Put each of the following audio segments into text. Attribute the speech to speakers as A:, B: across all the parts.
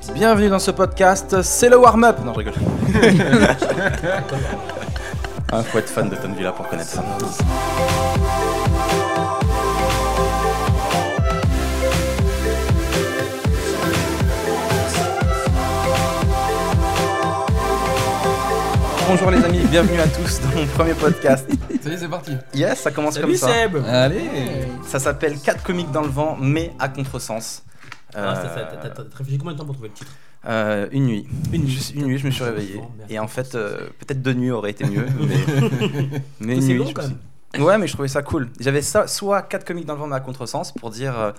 A: tous, bienvenue dans ce podcast, c'est le warm-up Non, je rigole. Ah, faut être fan de Tom Villa pour connaître ça. Bonjour les amis, bienvenue à tous dans mon premier podcast.
B: Salut, c'est parti.
A: Yes, ça commence comme ça. Euh,
B: Seb.
C: Allez
A: Ça s'appelle 4 comiques dans le vent, mais à contresens.
C: Ah, ça,
A: Euh,
C: ça, t'as- t'as- T'as réfléchi combien de temps pour trouver le titre
A: Euh, une nuit.
C: Une nuit.
A: Juste une nuit, je me suis
C: Putain,
A: réveillé.
C: merde.
A: Et en fait, euh, peut-être deux nuits auraient été mieux. Mais, mais une
C: C'est
A: nuit.
C: long
A: je
C: quand
A: pense.
C: même.
A: Ouais, mais je trouvais ça cool. J'avais ça, soit quatre comiques dans le vent, mais à contresens, pour dire euh,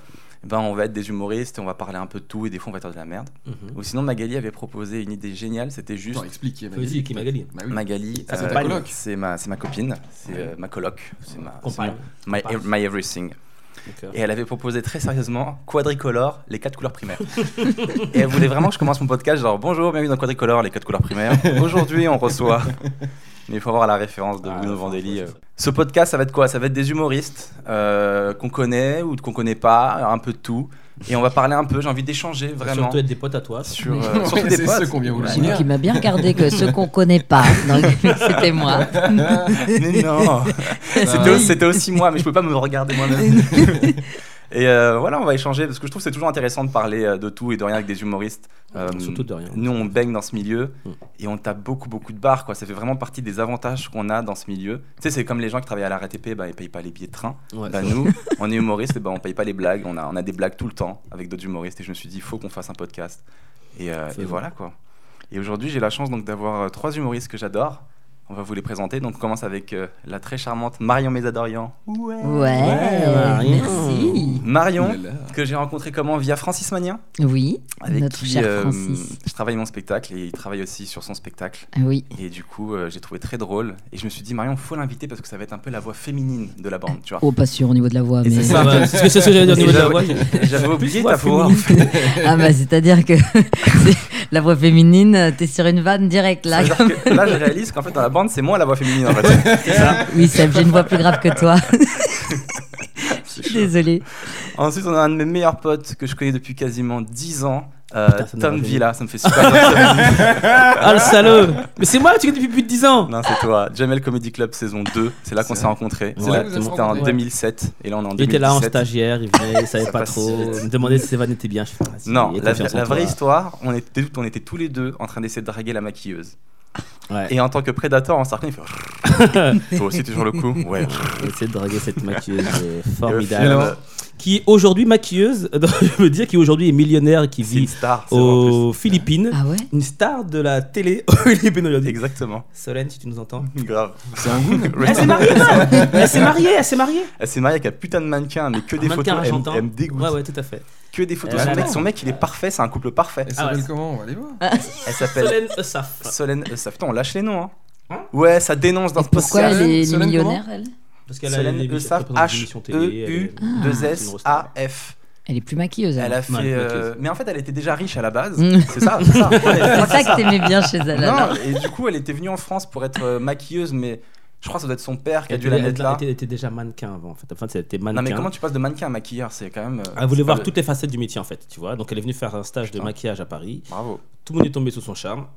A: ben, on va être des humoristes, et on va parler un peu de tout, et des fois on va dire de la merde.
C: Mhm.
A: Ou sinon, Magali avait proposé une idée géniale, c'était juste.
B: Attends, explique.
C: Vas-y,
B: Magali.
C: qui Magali.
B: Bah oui.
A: Magali,
B: Ça, c'est
A: euh,
B: ta coloc.
A: c'est ma, c'est ma copine, c'est euh, ma coloc, c'est ma,
C: Compagne.
A: c'est ma- my, my everything.
C: D'accord.
A: Et elle avait proposé très sérieusement quadricolore, les quatre couleurs primaires. et elle voulait vraiment que je commence mon podcast genre bonjour, bienvenue dans quadricolore, les quatre couleurs primaires. Aujourd'hui, on reçoit. Mais il faut avoir la référence de
C: Ah,
A: Bruno
C: enfin,
A: Vandelli.
C: ouais,
A: euh. Ce podcast, ça va être quoi Ça va être des humoristes euh, qu'on connaît ou qu'on connaît pas, un peu de tout. Et on va parler un peu, j'ai envie d'échanger vraiment.
C: Surtout être des potes à toi.
A: Sur, euh,
B: Ouais,
A: surtout
B: c'est
A: des potes.
B: ceux qu'on vient vous le
A: Ouais.
B: signer.
D: qui m'a bien regardé que ceux qu'on connaît pas. Donc, c'était moi.
A: Mais non C'était
D: Ah
B: oui.
A: aussi- C'était aussi moi, mais je pouvais pas me regarder moi-même. Et euh, voilà, on va échanger parce que je trouve que c'est toujours intéressant de parler euh, de tout et de rien avec des humoristes. Euh,
C: Surtout de rien.
A: Nous, on baigne dans ce milieu
C: Mm.
A: et on tape beaucoup, beaucoup de barres. Quoi. Ça fait vraiment partie des avantages qu'on a dans ce milieu. Tu sais, c'est comme les gens qui travaillent à la RATP, bah, ils payent pas les billets de train.
C: Ouais,
A: Bah,
C: c'est
A: nous, on est humoriste et bah, on paye pas les blagues. On a, on a des blagues tout le temps avec d'autres humoristes. Et je me suis dit, il faut qu'on fasse un podcast. Et, euh,
C: Faisons.
A: et voilà quoi. Et aujourd'hui, j'ai la chance donc d'avoir euh, trois humoristes que j'adore. On va vous les présenter. Donc, on commence avec euh, la très charmante Marion Mésadorian.
D: Ouais,
C: Marion.
D: merci.
A: Marion,
B: Ouh Oh là là.
A: que j'ai rencontrée comment Via Francis Magnin,
D: Oui,
A: avec
D: notre
A: qui
D: cher
A: euh,
D: Francis. Ah
A: je travaille mon spectacle et il travaille aussi sur son spectacle.
D: Oui,
A: Et du coup, euh, j'ai trouvé très drôle. Et je me suis dit, Marion, faut l'inviter parce que ça va être un peu la voix féminine de la bande, tu vois.
D: oh, pas sûr au niveau de la voix,
A: Ah. Et
D: mais.
A: c'est ça.
C: Ouais, C'est ce que c'est ce que j'allais dire au niveau de la voix.
A: J'avais oublié ta voix.
D: Ah, bah, c'est-à-dire que c'est- la voix féminine, euh, t'es sur une vanne directe là.
A: C'est-à-dire que Là, je réalise qu'en fait, dans la bande, c'est moi la voix féminine. En fait.
D: Oui, Seb, j'ai une voix plus grave que toi. Je suis désolée.
A: Ensuite, on a un de mes meilleurs potes que je connais depuis quasiment 10 ans, euh,
C: Putain, ça nous
A: Tom
C: rajeunit.
A: Villa. Ça me fait super plaisir.
C: Ah le salaud Mais c'est moi, tu connais depuis plus de 10 ans
A: non, c'est toi. Jamel Comedy Club saison 2. C'est là qu'on s'est rencontrés.
C: C'est
A: C'est
C: là
A: là-
C: que vous
B: êtes
A: C'était en
B: rencontrés.
A: 2007 et là, on est en 2017.
C: Il était là en stagiaire, il venait, il savait
A: Ça
C: pas
A: passe
C: trop.
A: vite.
C: Il me demandait si ses vannes étaient bien. Je fais, ah, si,
A: Non,
C: il a
A: la,
C: confiance en
A: la
C: toi.
A: vraie histoire, on était, on était tous les deux en train d'essayer de draguer la maquilleuse.
C: Ouais.
A: Et en tant que prédateur, en s'arrête, il fait. Toi aussi, toujours le coup Ouais.
C: Essayer de draguer cette maquilleuse euh,
A: Et au final,
C: formidable. Qui aujourd'hui maquilleuse, je veux dire, qui aujourd'hui est millionnaire, qui
A: C'est une
C: vit
A: star. c'est vrai, en plus.
C: aux Philippines.
D: Ah ouais
C: Une star de la télé Oh, philippine aujourd'hui.
A: Exactement.
C: Solène, si tu nous entends.
A: Grave.
B: C'est un goût.
C: Elle s'est mariée, non Elle s'est mariée, elle s'est mariée.
A: Elle s'est mariée avec un putain de mannequin, mais que des photos.
C: Mannequin
A: Elle,
C: argentin.
A: elle me dégoûte.
C: hein. Ouais, ouais, tout à fait.
A: Que des photos.
C: Euh,
A: son, mec,
C: non.
A: son mec, il est parfait, c'est un couple parfait.
B: Elle
C: Ah
B: s'appelle
C: ouais.
B: comment On va aller voir.
A: Euh, Elle s'appelle
C: Solène Eusaf.
A: Solène Eusaf. Putain, on lâche les noms. hein.
C: Hein
A: ouais, ça dénonce dans
D: Et
A: ce
D: Pourquoi
A: podcast.
D: elle est, elle est
B: Solène,
D: millionnaire, elle
C: Parce
A: Solène Eusaf, H-E-U-2-S-A-F.
D: Elle est plus maquilleuse.
A: Elle
D: alors.
A: a fait.
C: Ouais,
A: euh,
C: ok.
A: Mais en fait, elle était déjà riche à la base.
D: Mm.
A: C'est ça, c'est ça. Ouais,
D: C'est
A: moi,
D: ça que t'aimais bien chez elle. alors.
A: Non, et du coup, elle était venue en France pour être euh, maquilleuse, mais je crois que ça doit être son père qui a
C: Elle
A: dû la mettre là.
C: était, était déjà mannequin avant, en fait. Enfin, c'était mannequin.
A: Non, mais comment tu passes de mannequin à maquilleur C'est quand même. euh,
C: Elle
A: c'est
C: voulait
A: pas
C: voir
A: le-
C: toutes les facettes du métier, en fait, tu vois. Donc, elle est venue faire un stage de
A: Putain.
C: maquillage à Paris.
A: Bravo.
C: Tout le monde est tombé sous son charme.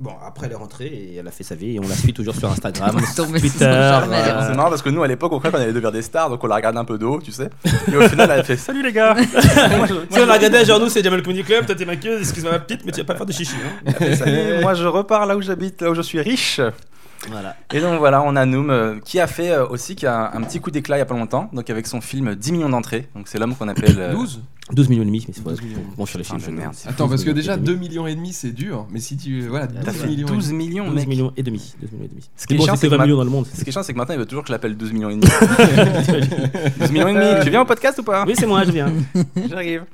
C: Bon, après, elle est rentrée et elle a fait sa vie. Et on la suit toujours sur Instagram,
D: est
C: sur
D: tombé
C: Twitter.
D: sous son
A: Ah,
D: charme, elle est
C: euh,
A: C'est marrant parce que nous à l'époque on croyait qu'on allait devenir des stars donc on la regardait un peu de haut, tu sais. Et au final elle a fait salut les gars. Moi, je- moi,
C: Si on la regardait, genre nous, c'est Jamal Comedy Club, toi t'es maquilleuse, excuse-moi ma petite, mais tu vas pas faire de chichi. Hein.
A: je- elle a fait, Salut, moi je repars là où j'habite, là où je suis riche.
C: Voilà.
A: Et donc voilà, on a Noom euh, qui a fait euh, aussi qui a un, un petit coup d'éclat il y a pas longtemps, donc avec son film 10 millions d'entrées. Donc c'est l'homme qu'on appelle euh,
B: 12
C: 12 millions et demi, mais c'est pas
B: 12 millions.
C: bon sur les
A: Putain,
C: films.
A: je Ah, merde.
C: maintenant.
B: Attends, parce que déjà 2
C: 12
B: millions et demi, c'est dur. Mais si tu voilà, 12
A: T'as fait
B: millions.
A: 12 millions, mec.
C: millions et demi. 12 millions et demi.
A: Ce qui
C: C'est
A: est
C: bon,
A: chiant,
C: c'était
A: c'est que
C: 20
A: ma-
C: millions dans le monde.
A: Ce qui est chiant, c'est que maintenant il veut toujours que je l'appelle 12 millions et demi. 12 millions et demi. Tu viens au podcast ou pas
C: Oui, c'est moi, je viens.
A: J'arrive.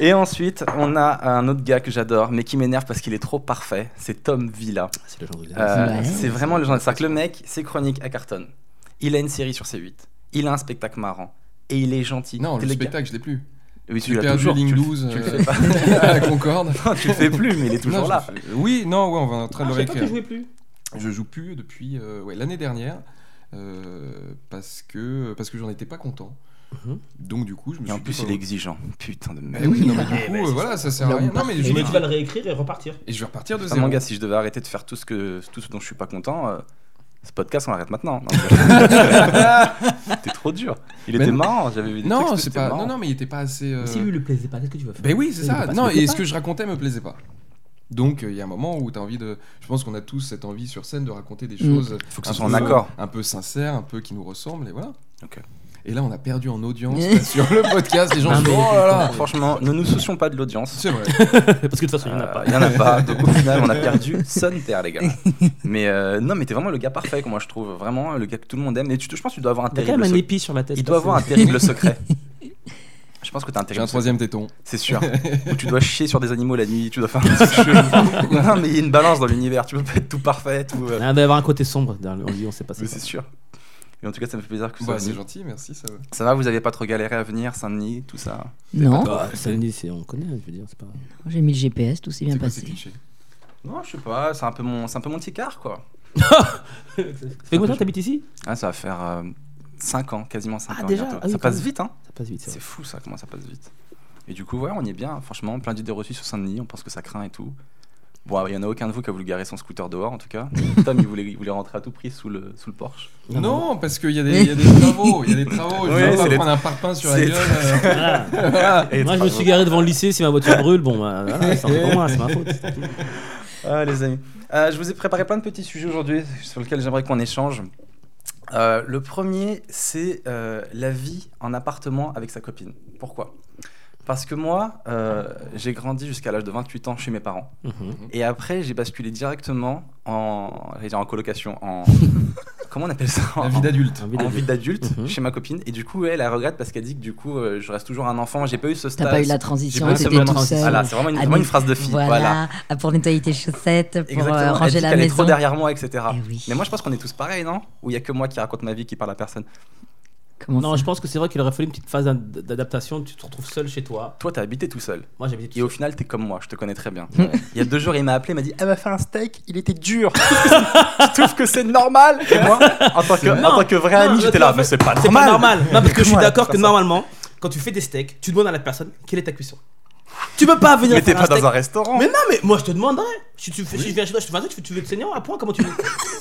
A: Et ensuite, on a un autre gars que j'adore, mais qui m'énerve parce qu'il est trop parfait. C'est Tom Villa.
C: C'est le genre de
A: Euh,
D: Ouais.
A: C'est vraiment le genre de ça. Que le mec, ses chroniques, à cartonne. Il a une série sur C8. Il a un spectacle marrant. Et il est gentil.
B: Non,
A: T'es
B: le
A: gars-
B: spectacle, je l'ai plus.
A: Oui,
B: J'ai
A: tu l'as
B: perdu
A: toujours.
B: ligne
A: tu, le-
B: 12
A: tu le
B: euh,
A: fais pas.
B: à la Concorde.
A: Non, tu le fais plus, mais il est toujours
B: Non, je-
A: là. Ah,
B: Oui, non, ouais, on va en train de le réécrire.
C: plus.
B: euh, Je joue plus depuis euh, ouais, l'année dernière euh, parce que, parce que j'en étais pas content.
E: Mhm.
B: Donc du coup, je me
A: Et
B: suis
A: en plus,
B: dit,
A: il
B: bah,
A: est exigeant. Putain de
B: Mais
A: merde.
B: oui, non, mais du
E: Eh
B: coup, euh,
E: ben, c'est
B: voilà, ça sert à rien. Non, mais
E: Et
B: je-
E: mais tu vas le réécrire et repartir.
B: Et je vais repartir de
A: Putain,
B: zéro.
A: Ah, mon gars, si je devais arrêter de faire tout ce, que, tout ce dont je suis pas content, euh, ce podcast, on l'arrête maintenant. Non, T'es trop dur. Il
B: Mais
A: était
B: non.
A: marrant, j'avais vu des
B: Non,
A: textes,
B: c'est
A: c'était
B: pas.
A: marrant.
B: Non, non, mais il était pas assez. euh,
C: Si lui le plaisait pas, qu'est-ce que tu vas faire
B: Ben oui, c'est
C: Il
B: ça.
C: peut pas se
B: Non,
C: plaire.
B: et ce que je racontais me plaisait pas. Donc euh, il y a un moment où tu as envie de. Je pense qu'on a tous cette envie sur scène de raconter des choses.
A: Faut que ce
B: un
A: soit
B: peu-
A: en accord.
B: Un peu sincères, un peu qui nous ressemblent, et voilà.
A: Ok.
B: Et là, on a perdu en audience là, sur le podcast. Les gens
C: Ah,
B: se disent
C: mais-
B: Oh là là
A: Franchement, ne nous soucions pas de l'audience.
B: C'est vrai.
C: Parce que de toute façon, il n'y en a pas.
A: Euh, Il y en a pas. Donc au final, on a perdu Sun Terre, les gars. Mais euh, non, mais t'es vraiment le gars parfait, que moi je trouve. Vraiment, le gars que tout le monde aime. Et tu, te- je pense que tu dois avoir un
C: T'as quand même
A: terrible
C: un
A: secret.
C: épi sur la tête.
A: Il doit avoir un terrible secret. Je pense que t'as un
B: J'ai un
A: terrible secret.
B: troisième téton.
A: C'est sûr. Ou tu dois chier sur des animaux la nuit, tu dois faire un truc chelou. Non, mais il y a une balance dans l'univers, tu peux pas être tout parfait, tout. euh,
C: Ah, il doit y avoir un côté sombre dans le- on dit, on sait pas
A: Mais
C: c'est
A: c'est
C: quoi.
A: sûr. Et en tout cas, ça me fait plaisir que
B: Bah,
A: ça.
B: c'est gentil, merci. Ça... va.
A: Ça va, vous avez pas trop galéré à venir, Saint-Denis, tout ça
D: Non,
C: Bah, samedi, c'est- on connaît, je veux dire, c'est pas.
D: j'ai mis le GPS, tout s'est bien
B: C'est quoi ces
D: passé.
B: clichés
A: Non, je sais pas, c'est un peu mon, c'est un peu mon petit quart, quoi.
C: Ça fait combien de temps que t'habites ici
A: Ah, ça va faire 5 ans, quasiment 5
C: Ah,
A: ans.
C: déjà
A: bientôt.
C: Ah oui,
A: ça
C: quand
A: passe
C: même.
A: vite, hein
C: Ça passe vite, c'est
A: C'est
C: vrai.
A: fou, ça, comment ça passe vite. Et du coup, ouais, on y est bien, franchement, plein d'idées reçues sur Saint-Denis, on pense que ça craint et tout. Bon, il y en a aucun de vous qui a voulu garer son scooter dehors, en tout cas. Tom, il voulait, il voulait rentrer à tout prix sous le, sous le Porsche.
C: Non,
B: Non, parce qu'il y, a des- il y a des travaux. Il y a des travaux.
A: Ouais,
B: je vais
A: c'est
B: pas
A: les-
B: prendre un parpaing sur la
A: c'est-
B: gueule. euh,
C: Voilà.
B: voilà.
A: Et
C: Ah. Moi, je me suis garé devant le lycée. Si ma voiture brûle, bon, bah, voilà, c'est encore moi, c'est ma faute.
A: Ah, les amis. Euh, je vous ai préparé plein de petits sujets aujourd'hui sur lesquels j'aimerais qu'on échange. Euh, le premier, c'est euh, la vie en appartement avec sa copine. Pourquoi Parce que moi, euh, j'ai grandi jusqu'à l'âge de 28 ans chez mes parents.
C: Mhm.
A: Et après, j'ai basculé directement en, j'allais dire en colocation, en... Comment on appelle ça
B: La
A: En-
B: vie d'adulte.
C: Envie
A: en
C: d'adulte.
A: vie d'adulte
C: Mhm.
A: chez ma copine et du coup elle, elle regrette parce qu'elle dit que du coup euh, je reste toujours un enfant j'ai pas eu ce stade
D: T'as pas eu la
A: j'ai
D: transition,
A: pas eu ce
D: t'étais
A: moment
D: tout seul.
A: voilà c'est vraiment une,
D: Ah,
A: vraiment
D: mais-
A: une phrase de fille
D: Voilà,
A: voilà.
D: Ah, pour nettoyer tes chaussettes, pour euh,
A: Exactement. Elle dit
D: ranger la
A: qu'elle est
D: maison.
A: trop derrière moi, etc.
D: Eh oui.
A: Mais moi, je pense qu'on est tous pareils, non Ou il y a que moi qui raconte ma vie, qui parle à personne.
D: Comment
C: Non,
D: ça
C: je pense que c'est vrai qu'il aurait fallu une petite phase d'ad- d'adaptation. Tu te retrouves seul chez toi.
A: Toi, t'as habité tout seul.
C: Moi, j'habitais tout
A: Et au final, t'es comme moi, je te connais très bien. Il y a deux jours, il m'a appelé, il m'a dit Elle m'a fait un steak, il était dur. je trouve que c'est normal. Et moi, en tant que,
C: Non,
A: en tant que vrai
C: non,
A: ami, j'étais là,
C: non,
A: mais c'est pas
C: C'est
A: normal.
C: pas normal. Non, parce que je suis
A: Comment elle
C: d'accord
A: peut
C: que
A: faire
C: normalement, quand tu fais des steaks, tu demandes à la personne quelle est ta cuisson. Tu peux pas venir
A: Mais t'es
C: faire
A: pas dans
C: steak.
A: un restaurant.
C: Mais non, mais moi je te demanderais. Si tu fais, si je viens chez toi, je te fais un steak, tu, fais- tu veux te saigner à point Comment tu veux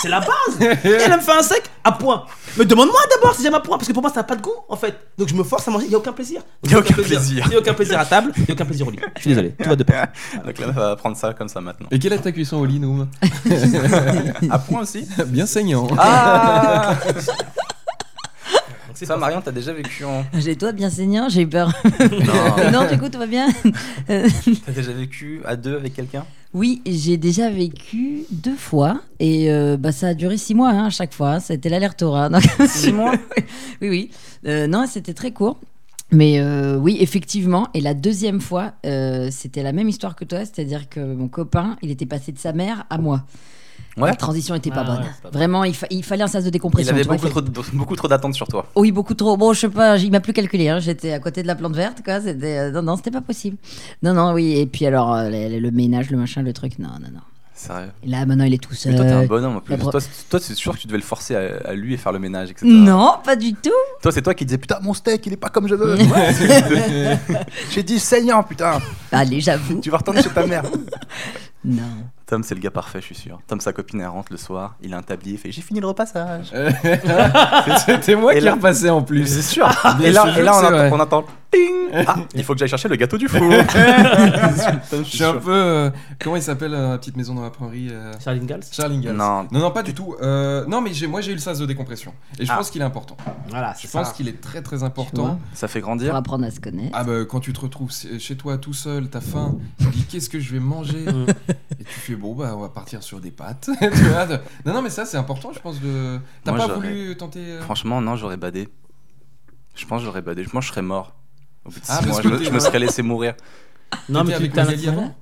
C: C'est la base. Elle elle me fait un steak à point. Mais demande-moi d'abord si j'aime à point, parce que pour moi ça n'a pas de goût en fait. Donc je me force à manger. Il y a aucun plaisir. Il
A: Y a aucun plaisir.
C: Il y a aucun plaisir à table. Il y a aucun plaisir au lit. Je suis désolé. Tout va de pair.
A: Donc là, on va prendre ça comme ça maintenant.
B: Et quelle est ta cuisson au linoum
A: À point aussi
B: Bien saignant.
A: Ah
C: Donc, c'est
A: Ça,
C: pas-
A: Marion, t'as déjà vécu en.
D: J'ai toi bien saignant, j'ai eu peur.
A: Non.
D: non, du coup, tout va bien.
A: T'as déjà vécu à deux avec quelqu'un
D: Oui, j'ai déjà vécu deux fois et euh, bah, ça a duré six mois hein, à chaque fois. hein. C'était l'alerte-aura.
A: Six mois
D: Oui, oui. Euh, non, c'était très court. Mais euh, oui, effectivement. Et la deuxième fois, euh, c'était la même histoire que toi, c'est-à-dire que mon copain, il était passé de sa mère à moi.
A: Ouais.
D: La transition était pas
C: Ah
D: bonne.
C: ouais, c'est pas bon.
D: Vraiment, il, fa- il fallait un sas de
A: Il
D: décompression.
A: avait
D: tu vois,
A: beaucoup
D: il
A: trop,
D: fallait-
A: beaucoup trop d'attentes sur toi.
D: Oui, beaucoup trop. Bon, je sais pas, il m'a plus calculé. hein. J'étais à côté de la plante verte, quoi. C'était euh, non, non, c'était pas possible. Non, non, oui. Et puis alors, euh, le, le ménage, le machin, le truc. Non, non, non.
A: Sérieux
D: Et là, maintenant, il est tout seul.
A: Mais toi, t'es un bonhomme en plus.
D: Euh, la pro-
A: Toi, c'est- toi, c'est sûr que tu devais le forcer à, à lui et faire le ménage, etc.
D: Non, pas du tout.
A: Toi, c'est toi qui disais Putain, mon steak, il est pas comme je veux. J'ai dit saignant, putain.
D: Ah, Allez, j'avoue.
A: Tu vas retourner chez ta mère.
D: Non.
A: Tom, c'est le gars parfait, je suis sûr. Tom, sa copine, elle rentre le soir. Il a un tablier, il fait J'ai fini le repassage.
B: C'était Euh, moi
A: Et
B: qui
A: là-
B: repassais en plus.
A: C'est sûr.
B: Mais
A: Et
B: je
A: là,
B: te
A: et là,
B: jure,
A: on,
B: c'est vrai.
A: entend, on entend Ting Ah, il faut que j'aille chercher le gâteau du four. Tom, je
B: Je
A: suis
B: suis un
A: sûr.
B: peu. euh, comment il s'appelle euh, la petite maison dans la prairie euh,
C: Charline Gals.
B: Charles Ingalls.
A: Non.
B: non, non, pas du tout. Euh, non, mais j'ai- moi j'ai eu le sas de décompression. Et je
A: Ah.
B: pense qu'il est important.
C: Voilà, c'est
B: Je
C: ça.
B: pense qu'il est très très
D: Tu
B: important.
D: vois
A: Ça fait
D: Pour
A: grandir.
D: apprendre à se connaître.
B: Ah bah quand tu te retrouves c- chez toi tout seul, t'as faim, tu dis qu'est-ce que je vais manger
C: Mm.
B: Et tu fais bon bah on va partir sur des pâtes. Tu vois, de- non non mais ça c'est important je pense de... T'as
A: Moi,
B: pas
A: j'aurais-
B: voulu tenter... euh,
A: Franchement, non, j'aurais badé. Je pense que j'aurais badé. Je pense que je serais mort. Au bout de
B: Ah,
A: six
B: parce
A: mois,
B: que
A: je me-
B: t'es-
A: je me serais laissé mourir.
C: Non,
B: t'étais
C: mais tu
B: avec
C: t'as
B: Magali avant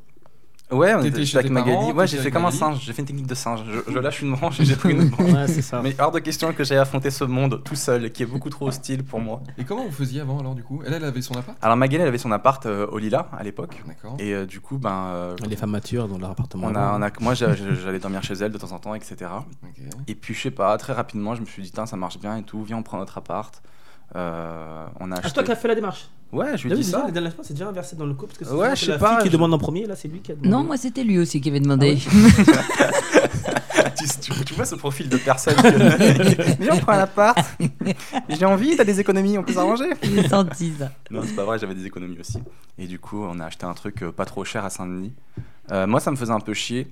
A: Ouais, on
B: T'étais
A: était
B: chez
A: j'étais avec
B: tes parents,
A: Magali. Ouais,
B: t'étais
A: j'ai fait
B: avec
A: comme un
B: Magali.
A: singe, j'ai fait une technique de singe. Je, je lâche une branche et j'ai pris une autre branche.
C: Ouais, c'est ça.
A: Mais hors de question que j'aille affronter ce monde tout seul, qui est beaucoup trop hostile pour moi.
B: Et comment vous faisiez avant alors du coup Elle elle avait son appart
A: Alors Magali, elle avait son appart euh, au Lila à l'époque.
B: D'accord.
A: Et euh, du coup, ben, euh,
C: Les femmes matures dans leur appartement.
A: on a, on a- moi j'a- j'allais dormir chez elle de temps en temps, etc.
B: Ok.
A: Et puis je sais pas, très rapidement, je me suis dit, Tain, ça marche bien et tout, viens, on prend notre appart. Euh, on a
C: Ah, c'est
A: acheté.
C: toi qui as fait la démarche.
A: Ouais, je
C: Ah
A: lui ai
C: oui,
A: dit ça.
C: déjà, les dernières fois, c'est déjà inversé dans le couple. Parce que c'est
A: Ouais,
C: souvent,
A: je
C: c'est
A: sais
C: la
A: pas,
C: fille qui
A: je-
C: demande en premier, là, c'est lui qui a demandé.
D: Non, moi c'était lui aussi qui avait demandé.
A: Ah tu, tu- tu vois ce profil de personne. que- Mais on prend un appart. J'ai envie, t'as des économies, on peut s'arranger.
D: J'ai senti ça.
A: Non, c'est pas vrai, j'avais des économies aussi. Et du coup, on a acheté un truc euh, pas trop cher à Saint-Denis. Euh, moi, ça me faisait un peu chier.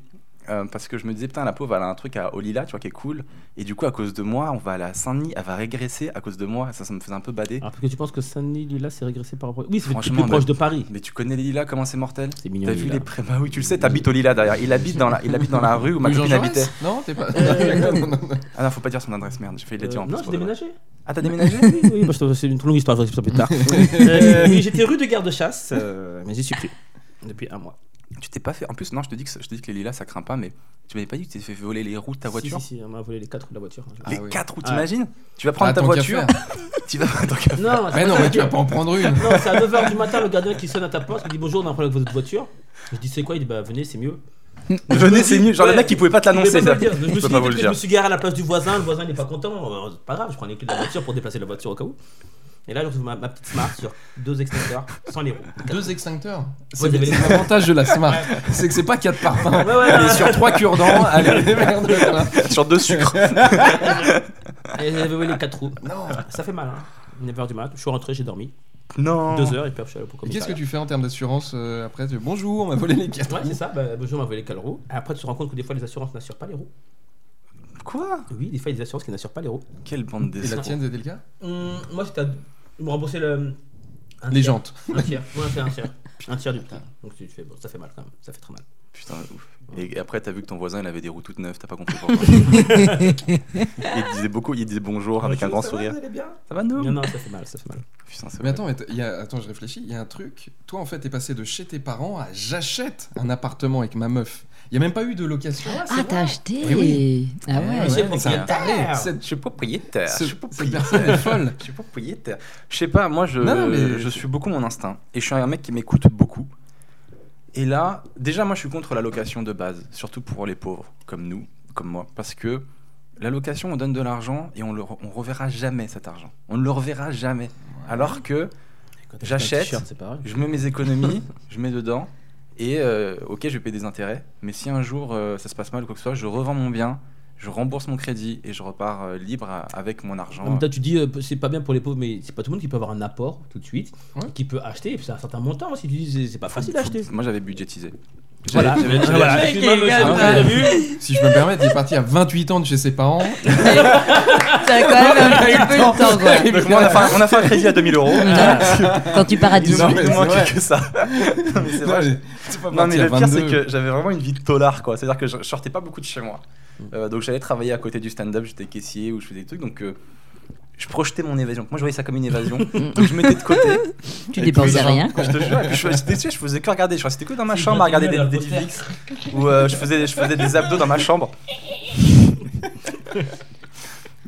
A: euh, parce que je me disais, putain, la pauvre, elle a un truc à Olila, tu vois, qui est cool. Et du coup, à cause de moi, on va aller à Saint-Denis, elle va régresser à cause de moi. Ça, ça me faisait un peu bader.
C: Alors, parce que tu penses que Saint-Denis, lui, là, c'est régressé par rapport. Oui, c'est
A: Franchement,
C: plus proche
A: mais-
C: de Paris.
A: Mais tu connais les Lilas, comment c'est mortel
E: C'est mignon.
A: T'as vu les pré... Bah oui, tu le sais, t'habites au Lila derrière. Il habite dans la, il habite dans la rue où ma
B: Jean
A: copine
B: Jaurès
A: habitait.
B: Non, t'es pas.
D: Euh,
B: Non, non, non.
A: Ah non, faut pas dire son adresse, merde, j'ai failli la dire
C: Euh,
A: en plus.
C: non, j'ai
A: pour de vrai.
C: déménagé.
A: Ah, t'as déménagé
C: Oui, oui, bah, je te- c'est une trop longue histoire, je vais ça plus tard. Euh, oui, j'étais rue de garde-chasse, euh, mais j'y suis plus. Depuis un mois.
A: Tu t'es pas fait. En plus, non, je te dis que, je te dis que les lilas ça craint pas, mais tu m'avais pas dit que tu t'es fait voler les roues de ta voiture
C: Si, si, si, on m'a volé les 4 roues de la voiture.
B: Ah
A: Les
B: oui.
A: quatre roues,
C: Ah.
A: t'imagines Tu vas prendre ta
B: Attends, qu'à
A: voiture,
B: faire.
A: tu vas. Attends, qu'à faire.
C: Non,
B: Mais non, mais tu vas Ah, pas en prendre une.
C: Non, c'est à 9h du matin, le gardien qui sonne à ta porte, il dit bonjour, on a un problème avec votre voiture. Je dis c'est quoi Il dit bah venez, c'est mieux.
A: Venez, c'est mieux. Genre, le
C: Ouais.
A: mec, il pouvait pas te
C: Je
A: l'annoncer.
C: peux pas vous le
A: ça.
C: dire.
A: Il
C: Je me
A: peut
C: suis
A: pas
C: dit,
A: vous le
C: peut-être que je
A: dire.
C: me suis garé à la place du voisin, le voisin il est pas content. Euh, C'est pas grave, je prends les clés de la voiture pour déplacer la voiture au cas où. Et là, je retrouve ma, ma petite Smart sur deux extincteurs sans les roues.
B: Deux extincteurs.
C: Ouais,
B: C'est
C: il y avait les-
B: l'avantage de la Smart. C'est que c'est pas quatre par
C: Ouais, ouais, ouais.
B: Elle est sur trois cure-dents. Allez, merde. voilà.
A: Sur deux sucres.
C: Et j'avais volé les quatre roues.
B: Non.
C: Ça fait mal, hein. 9h du matin, je suis rentré, j'ai dormi.
A: Non.
C: 2h et puis après, je suis
B: Et
C: allé au
B: qu'est-ce que
C: commissariat.
B: tu fais en termes d'assurance euh, après tu- Bonjour, on m'a volé les quatre
C: Ouais, c'est ça, bah, bonjour, on m'a volé les quatre roues. Et après, tu te rends compte que des fois, les assurances n'assurent pas les roues.
A: Quoi
C: Oui, des fois, il y a des assurances qui n'assurent pas les roues.
A: Quelle bande
B: Et la
A: d'escrocs.
B: tienne, c'était le cas
C: Hum, moi, j'étais à... Ils m'ont remboursé le... un
B: Les
C: tiers.
B: jantes.
C: Un tiers, ouais, c'est un tiers. Un tiers du prix. Donc tu fais, bon, ça fait mal quand même, ça fait très mal.
A: Putain, ouf. Et après, t'as vu que ton voisin, il avait des roues toutes neuves, t'as pas compris pourquoi. il
D: Ah,
A: te disait beaucoup, il disait bonjour avec un grand sourire. Ça va,
C: Non,
A: nous
C: non, ça fait mal, ça fait mal.
A: Putain, c'est
B: Mais attends, mais t- il y a- attends, je réfléchis. Il y a un truc. Toi, en fait, t'es passé de chez tes parents à j'achète un appartement avec ma meuf. Il y a même pas eu de location.
D: Ah, t'as acheté
B: Eh oui.
D: Ah
A: Eh
D: ouais.
A: oui.
C: Monsieur
A: mais
B: ça-
C: propriétaire.
A: Je suis propriétaire. Je
B: Ce-
A: suis
B: cette
A: propriétaire.
B: personne est folle.
A: Je suis propriétaire. Je sais pas, moi je,
B: Non, non, mais-
A: je suis beaucoup mon instinct. Et je suis un mec qui m'écoute beaucoup. Et là, déjà, moi je suis contre la location de base, surtout pour les pauvres, comme nous, comme moi. Parce que la location, on donne de l'argent et on ne on reverra jamais cet argent. On ne le reverra jamais. Alors que
C: Quand t'achètes un
A: J'achète.
C: t-shirt, c'est pareil.
A: je mets mes économies, je mets dedans, et euh, ok, je vais payer des intérêts. Mais si un jour euh, ça se passe mal ou quoi que ce soit, je revends mon bien, je rembourse mon crédit et je repars euh, libre à- avec mon argent.
C: En même temps, tu dis, euh, c'est pas bien pour les pauvres, mais c'est pas tout le monde qui peut avoir un apport tout de suite,
B: Ouais.
C: qui peut acheter, et puis c'est un certain montant. hein, Si tu dis, c'est- c'est pas facile
A: Faut-
C: d'acheter.
A: Moi j'avais budgétisé.
C: Voilà,
A: J'avais- j'avais-
C: voilà.
D: j'avais-
C: Excuse-moi, monsieur,
A: j'avais-
C: vous avez vu
B: Si je peux me permettre, il est parti à 28 ans de chez ses parents.
D: T'as quand même un petit peu le temps, quoi.
A: Donc, moi, on, a fait, un- on a fait un crédit à 2000 euros.
D: Quand tu pars à
A: Ah, Il
D: 18
A: nous
B: Non,
A: manque-
B: mais
A: il
B: c'est
A: nous manquait
B: vrai.
A: que ça. non, mais c'est vrai.
B: Non, mais- c'est pas
A: Non,
B: parti
A: mais
B: à
A: le pire, c'est
B: 22.
A: que j'avais vraiment une vie de tolard, quoi. C'est-à-dire que je je sortais pas beaucoup de chez moi. Euh, donc j'allais travailler à côté du stand-up, j'étais caissier ou je faisais des trucs. Donc euh, je projetais mon évasion. Moi, je voyais ça comme une évasion. donc je mettais de côté.
D: Tu
A: Et
D: dépenses
A: puis,
D: rien.
A: Je te jure. Et puis je, j'étais dessus, je faisais que regarder. Je restais que dans ma chambre à regarder des, des Netflix ou euh, je, faisais, je faisais des abdos dans ma chambre.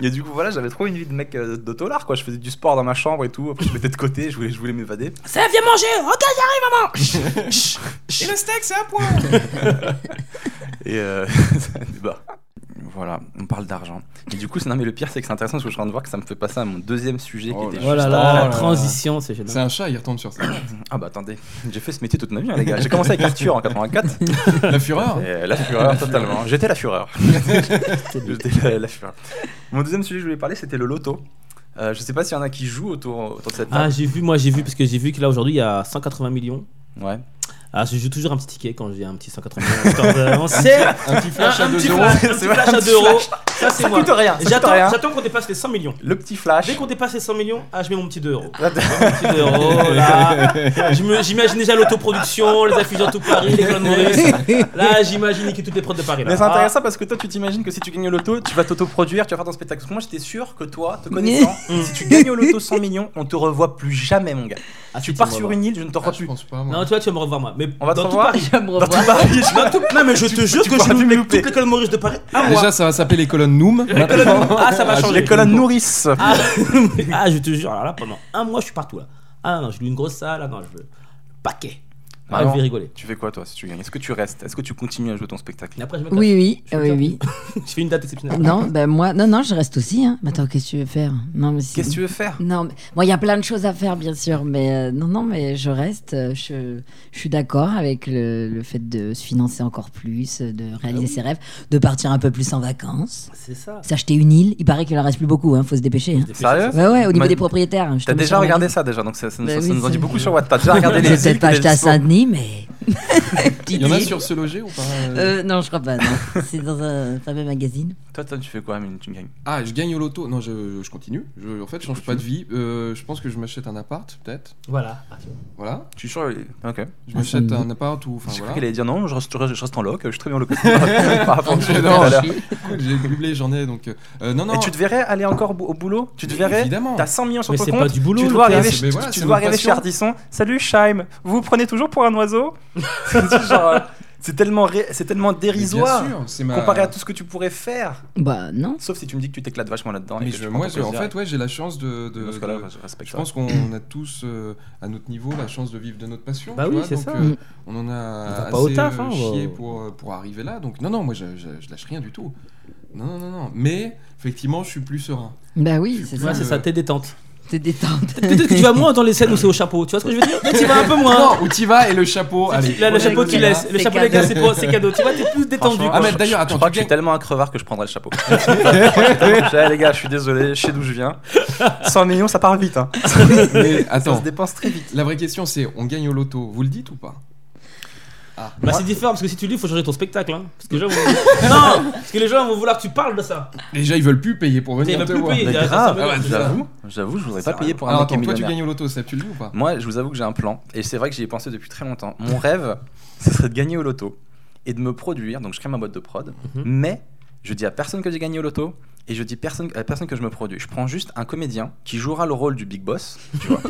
A: Et du coup, voilà, j'avais trop une vie de mec euh, de tolard, quoi. Je faisais du sport dans ma chambre et tout. Après, je mettais de côté, je voulais, je voulais m'évader.
C: Ça viens manger Ok,
B: Et le steak, c'est un point
A: Et euh, c'est un débat. Voilà, on parle d'argent. Et du coup, c'est- non, mais le pire, c'est que c'est intéressant parce que je suis en train de voir que ça me fait passer à mon deuxième sujet
B: Oh
A: qui était
B: là
A: juste.
C: Voilà,
B: là,
C: la
B: là.
C: transition, c'est gênant.
B: C'est un chat, il retombe sur ça.
A: Ah bah attendez, j'ai fait ce métier toute ma vie, hein, les gars. J'ai commencé avec Arthur en 84.
B: La fureur
A: Et la fureur, totalement. J'étais la fureur. J'étais la, la fureur. Mon deuxième sujet que je voulais parler, c'était le loto. Euh, je sais pas s'il y en a qui jouent autour, autour de cette
C: Ah,
A: table.
C: j'ai vu, moi j'ai vu, parce que j'ai vu que là aujourd'hui il y a 180 millions.
A: Ouais.
C: Ah, je joue toujours un petit ticket quand j'ai un petit 180 millions. Histoire de- On sait
B: Un petit flash à
C: un, un
B: 2
C: petit
B: euros.
C: flash, un
A: C'est
C: petit
A: vrai,
C: flash
A: un
C: à
A: petit
C: 2 euros. Ça, c'est
A: Ça
C: moi.
A: coûte rien. ça coûte
C: J'attends
A: rien.
C: j'attends qu'on dépasse les 100 millions.
A: Le petit flash.
C: Dès qu'on dépasse les 100 millions, ah, je mets mon petit 2 euros.
A: Ah, t'as-
C: Mon petit 2 euros, là. Je me- J'imagine déjà l'autoproduction, les affiches dans tout Paris, les colonnes Maurice. Là, j'imagine niquer toutes les prods de Paris. Là.
A: Mais c'est intéressant parce que toi, tu t'imagines que si tu gagnes au loto, tu vas t'autoproduire, tu vas faire ton spectacle. Parce que moi, j'étais sûr que toi, te connaissant,
D: Mm.
A: si tu gagnes au loto 100 millions, on te revoit plus jamais, mon gars.
C: Ah, ah,
A: tu
C: si,
A: pars
C: me
A: sur
C: revois.
A: une île, je ne te
B: Ah,
A: revois
B: je
A: plus.
B: pense pas,
C: Non,
B: moi.
C: tu vois, tu vas me revoir, moi. Mais
A: On va te
C: dans tout
A: revoir.
C: Paris.
D: Je vais me
A: Dans tout
D: revoir.
A: Paris,
C: Dans tout- Non, mais je te jure que
A: pourras
C: je
A: plus
C: mets
A: me louper.
C: toutes les colonnes Maurice de Paris à moi.
B: Déjà, ça va s'appeler les colonnes
A: Euh,
B: Noom. maintenant.
C: Ah, ça va changer.
A: les colonnes nourrissent.
C: Ah, ah, je te jure, alors là, pendant un mois, je suis partout là. Ah non, je veux une grosse salle, ah non, je veux le paquet. Ah,
A: Alors
C: je vais rigoler.
A: Tu fais quoi toi si tu gagnes Est-ce que tu restes Est-ce que tu continues à jouer ton spectacle
C: Et après, je me casse.
D: Oui, oui,
C: Je suis
D: oui, oui.
C: Je fais une date exceptionnelle.
D: Non, ben moi, non, non, je reste aussi. Hein. Mais attends, qu'est-ce que tu veux faire Non, mais si-
A: Qu'est-ce que tu veux faire
D: Non, mais- bon, il y a plein de choses à faire, bien sûr, mais euh, non, non, mais je reste. euh, Je, je suis d'accord avec le, le fait de se financer encore plus, euh, de réaliser
A: Ah
D: ses rêves, de partir un peu plus en vacances,
C: C'est ça.
D: s'acheter une île. Il paraît qu'il en reste plus beaucoup, hein, faut se dépêcher. hein.
A: Sérieux
D: Ouais, ouais, au niveau
A: Bah,
D: des propriétaires. hein, je
A: T'as
D: tombe
A: déjà
D: sur un
A: regardé
D: avis.
A: ça déjà, donc ça, ça-
D: Bah
A: ça-
D: oui,
A: ça nous en
D: c'est-
A: dit beaucoup sur Wattpad. T'as déjà regardé les
D: J'ai
A: îles
D: peut-être pas
A: qui
D: acheté à
A: existent.
D: Saint-Denis, mais. Petite
B: Il y en a
D: île.
B: sur se loger ou pas euh
D: Euh, non, je crois pas. non. C'est dans un fameux magazine.
A: Toi, toi, tu fais quoi, Amine Tu gagnes
B: Ah, je gagne au loto. Non, je, je continue. Je, en fait, je change pas de vie. Euh, je pense que je m'achète un appart, peut-être.
C: Voilà. Ah,
B: Voilà.
A: Je suis sûr. il- Ok.
B: Je
D: Ah,
B: m'achète
D: ça me-
B: un appart ou. Enfin,
A: J'ai cru
B: voilà.
A: qu'il allait dire non, je reste, je reste en loc, je suis très bien en locataire. par rapport à ce que j'ai dit tout à
B: Non,
A: l'heure.
B: je- écoute, j'ai doublé, j'en ai donc. euh, euh, non, non.
A: Et tu te verrais aller encore bou- au boulot Tu te
B: Mais
A: verrais
B: évidemment.
A: T'as 100 millions sur
C: Mais
A: ton
C: c'est
A: compte.
C: pas du boulot,
A: tu
C: le
A: dois
C: taf.
A: arriver,
B: Mais
A: tu-
B: voilà,
A: tu
B: c'est
A: dois
B: notre
A: arriver chez
B: passion.
A: Ardisson. Salut Scheim, vous vous prenez toujours pour un oiseau C'est genre, euh, C'est tellement, ré- c'est tellement
B: Mais bien
A: dérisoire
B: sûr, bah c'est ma-
A: comparé à tout ce que tu pourrais faire.
D: Bah, non.
A: Sauf si tu me dis que tu t'éclates vachement là-dedans. et
B: Mais
A: que
B: je-
A: tu prends
B: moi,
A: ton
B: je- en
A: plaisir.
B: fait, ouais, j'ai la chance de. de-
A: Dans ce cas-là,
B: de-
A: je respecte
B: je
A: ça.
B: pense qu'on a tous, euh, à notre niveau, la chance de vivre de notre passion.
C: Bah
B: tu
C: oui,
B: vois,
C: c'est
B: donc,
C: ça.
B: euh,
D: Mm.
B: on en
C: On
B: a
C: va
B: assez
C: pas au taf, hein,
B: euh, chié
C: bah.
B: pour, euh, pour arriver là. Donc, non, non, moi, je, je- je lâche rien du tout. Non, non, non, non. Mais, effectivement, je suis plus serein.
D: Bah oui, c'est
C: Ouais,
D: ça.
C: c'est ça, t'es détente.
D: T'es détente.
C: Peut-être que tu vas moins dans les scènes où c'est au chapeau. Tu vois ce que je veux dire Là, tu vas un peu moins.
B: Non, où t'y vas et le chapeau. Allez,
C: Là, le
B: on
C: chapeau,
B: y
C: tu
B: va.
C: laisses. Le
D: C'est
C: chapeau, les gars,
D: cadeau.
C: c'est pour- c'est cadeau. Tu vois, t'es plus détendu.
A: Franchement,
C: quoi.
B: Ah, mais
A: je-
B: d'ailleurs, attends,
A: je crois
B: tu
A: que je suis
B: gagnes-
A: tellement un crevard que je prendrais le chapeau. J'ai- les gars, je suis désolé, je sais d'où je viens. 100 millions, ça part vite. Hein.
B: Mais
A: Ça se
B: attends,
A: dépense très vite.
B: la vraie question c'est on gagne au loto, vous le dites ou pas
C: Bah c'est différent parce que si tu lis, faut changer ton spectacle hein. Parce que les gens vont... Non Parce que les gens vont vouloir que tu parles de ça.
B: Déjà ils veulent plus payer pour venir
C: Ils veulent
B: te
C: plus
B: voir.
C: payer.
A: Mais
C: il y a
A: grave,
C: 500
B: millions,
A: j'avoue, j'avoue, je voudrais pas payer pour un
B: Alors
A: mec qui est
B: attends, toi tu
A: millionnaire.
B: gagnes au loto, ça tu le dis ou pas
A: Moi, je vous avoue que j'ai un plan, et c'est vrai que j'y ai pensé depuis très longtemps. Mon rêve, ce serait de gagner au loto et de me produire. Donc, je crée ma boîte de prod,
C: Mhm.
A: mais je dis à personne que j'ai gagné au loto et je dis personne, à personne que je me produis. Je prends juste un comédien qui jouera le rôle du big boss. Tu vois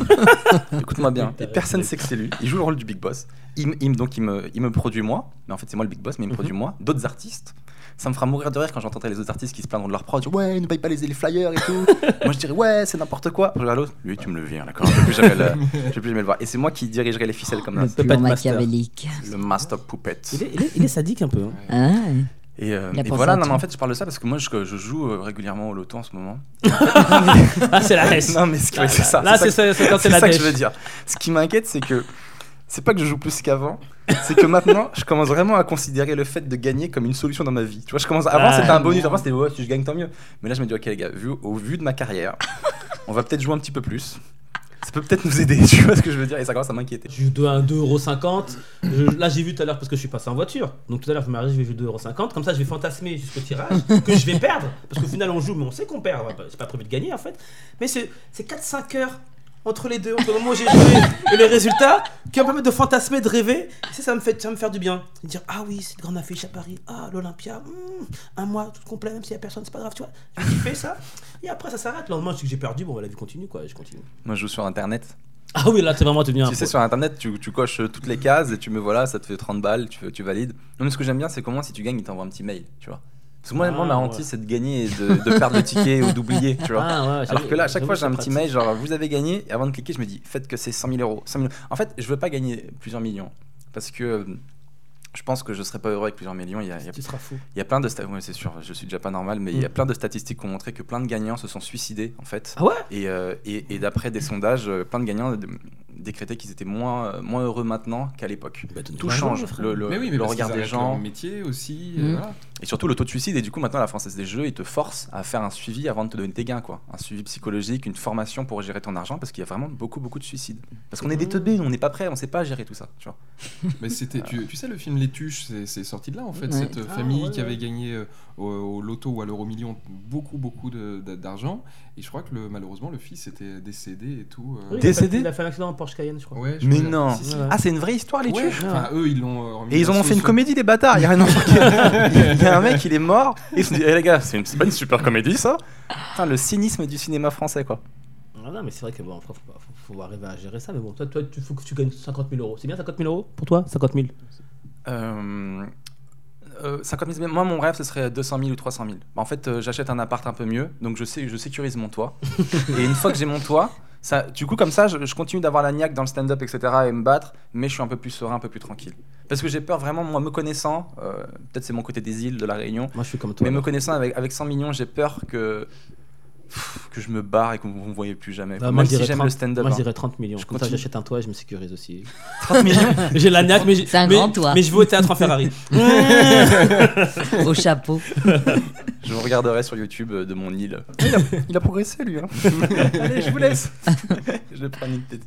A: Écoute-moi bien. Et personne sait que c'est lui. Il joue le rôle du big boss. Il, me- il me- donc, il me, il me produit moi. Mais en fait, c'est moi le big boss, mais il me produit moi. D'autres artistes. Ça me fera mourir de rire quand j'entendrai les autres artistes qui se plaindront de leur prod. Genre, Ouais, ils ne payent pas les, les flyers et tout. moi, je dirais, ouais, c'est n'importe quoi. Je regarde l'autre. Lui, tu me le viens, d'accord Je vais plus jamais le, je vais plus jamais le voir. Et c'est moi qui dirigerai les ficelles comme
D: Le
A: ça.
D: plan
C: master.
D: machiavélique.
A: Le master puppet.
C: Il est, il est- il est sadique un peu. hein.
D: Hein
A: Et, euh,
D: Il a
A: et
D: pensé
A: voilà,
D: à
A: non,
D: tout.
A: mais en fait, je parle de ça parce que moi, je, je joue euh, régulièrement au loto en ce moment.
C: Ah c'est la S.
A: Non, mais ce qui- ouais, c'est ça.
C: Là
A: c'est ça que-
C: c'est ça- c'est quand c'est
A: c'est
C: la
A: ça que
C: dèche.
A: je veux dire. Ce qui m'inquiète, c'est que c'est pas que je joue plus qu'avant, c'est que maintenant, je commence vraiment à considérer le fait de gagner comme une solution dans ma vie. Tu vois, je commence. Avant,
C: Ah,
A: c'était un bonus.
C: non.
A: Avant, c'était ouais, si je gagne, tant mieux. Mais là, je me dis, ok, les gars, vu, au vu de ma carrière, on va peut-être jouer un petit peu plus. Ça peut peut-être nous aider. Tu vois ce que je veux dire Et ça commence à m'inquiéter.
C: Je dois un 2,50€. Je- Là j'ai vu tout à l'heure parce que je suis passé en voiture. Donc tout à l'heure je me marie, je vais jouer 2,50€. Comme ça je vais fantasmer jusqu'au tirage que je vais perdre. Parce qu'au final on joue mais on sait qu'on perd. Ouais, bah, C'est pas prévu de gagner en fait. Mais c'est c'est 4-5 heures entre les deux, entre le moment où j'ai joué et les résultats qui vont me permettre de fantasmer, de rêver. Tu sais, ça me fait ça me faire du bien. De dire ah oui cette grande affiche à Paris, ah l'Olympia, hmm, un mois tout complet même s'il y a personne c'est pas grave tu vois. Je fais ça et après ça s'arrête. Le lendemain je dis que j'ai perdu bon bah, la vie continue quoi je continue.
A: Moi, je joue sur Internet.
C: Ah oui là c'est vraiment devenu un
A: Tu sais, sur internet, tu, tu coches euh, toutes les cases et tu me voilà, ça te fait 30 balles, tu, tu valides. Non, mais ce que j'aime bien, c'est comment si tu gagnes, ils t'envoient un petit mail, tu vois. Parce que moi,
C: Ah,
A: moi, ma
C: ouais.
A: hantise, c'est de gagner et de, de perdre le ticket ou d'oublier, tu vois.
C: Ah, ouais,
A: Alors que là, à chaque
C: j'avoue,
A: fois, j'ai
C: c'est
A: un petit
C: pratique.
A: mail, genre, vous avez gagné, et avant de cliquer, je me dis, faites que c'est 100 000 euros. 100 000 En fait, je veux pas gagner plusieurs millions. Parce que euh, je pense que je serais pas heureux avec plusieurs millions. Il y a, il y a-
C: Tu seras fou.
A: il y a plein de statistiques, c'est sûr, je suis déjà pas normal, mais il y a
C: Mm.
A: plein de statistiques qui ont montré que plein de gagnants se sont suicidés, en fait.
C: Ah ouais
A: Et, euh, et, et d'après des sondages, euh, plein de gagnants d- décrétaient qu'ils étaient moins, euh, moins heureux maintenant qu'à l'époque.
C: Bah,
A: Bah, Tout change, le, le-
B: Mais oui, mais
A: le
B: parce
A: regard
B: qu'ils
A: des
B: arrêtent
A: gens
B: leur métier aussi.
D: Mm.
B: euh, voilà.
A: et surtout le taux de suicide. Et du coup, maintenant, la Française des Jeux, ils te forcent à faire un suivi avant de te donner tes gains, quoi. Un suivi psychologique, une formation pour gérer ton argent, parce qu'il y a vraiment beaucoup, beaucoup de suicides. Parce qu'on est des teubés, on n'est pas prêts, on sait pas gérer tout ça, tu vois.
B: Mais c'était, tu, tu sais, le film Les Tuches, c'est, c'est sorti de là en fait.
D: Ouais.
B: Cette euh,
C: Ah,
B: famille
C: ouais,
B: qui
C: ouais.
B: avait gagné euh, au, au loto ou à l'euro million beaucoup, beaucoup de- d'a- d'argent. Et je crois que le, malheureusement, le fils était décédé et tout. euh.
A: Des- Décédé
C: Il a fait un accident en Porsche Cayenne, je crois.
B: Ouais, je
A: Mais
B: crois-
A: non.
B: Si, si.
C: Ouais.
A: Ah, c'est une vraie histoire, les
B: Ouais,
A: tuches
B: enfin, eux, ils l'ont. euh, remis
A: Et ils en
B: dans
A: ont
B: ce-
A: fait une
B: ce-
A: comédie, les bâtards. Il y a un enfant qui- il y a un mec, il est mort. Et ils se sont dit, Eh, les gars, c'est une- c'est pas une super comédie, ça Putain, le cynisme du cinéma français, quoi.
C: Ah Non, non, mais c'est vrai que bon, après, faut, pas- faut- faut arriver à gérer ça. Mais bon, toi, toi, tu faut que tu gagnes 50 000 euros. C'est bien 50 000 euros pour toi 50 000
A: Euh, euh, 50 000, moi mon rêve ce serait 200 000 ou 300 000. Bah, En fait, euh, j'achète un appart un peu mieux, donc je, sais, je sécurise mon toit. et une fois que j'ai mon toit, Ça, du coup, comme ça, je, je continue d'avoir la niaque dans le stand-up, etc., et me battre, mais je suis un peu plus serein, un peu plus tranquille. Parce que j'ai peur vraiment, moi, me connaissant, euh, peut-être c'est mon côté des îles, de la Réunion,
C: Moi, je suis comme toi.
A: mais me connaissant avec, avec 100 millions, j'ai peur que, pff, que je me barre et que vous ne me voyez plus jamais.
C: Ah, moi,
A: Même
C: je
A: si
C: dirais
A: j'aime
C: 30
A: le stand-up.
C: Moi, je
A: hein.
C: dirais 30 millions.
A: Je
C: Comme ça,
A: continue.
C: j'achète un toit et je me sécurise aussi.
A: 30 millions
C: J'ai la niaque, mais, j'ai-
D: C'est un
C: mais-
D: grand toit.
C: mais je vais au théâtre en Ferrari.
D: Au chapeau.
A: Je vous regarderai sur YouTube euh, de mon île. Il a, il a progressé, lui. hein. Allez, je vous laisse. je le prends une tête.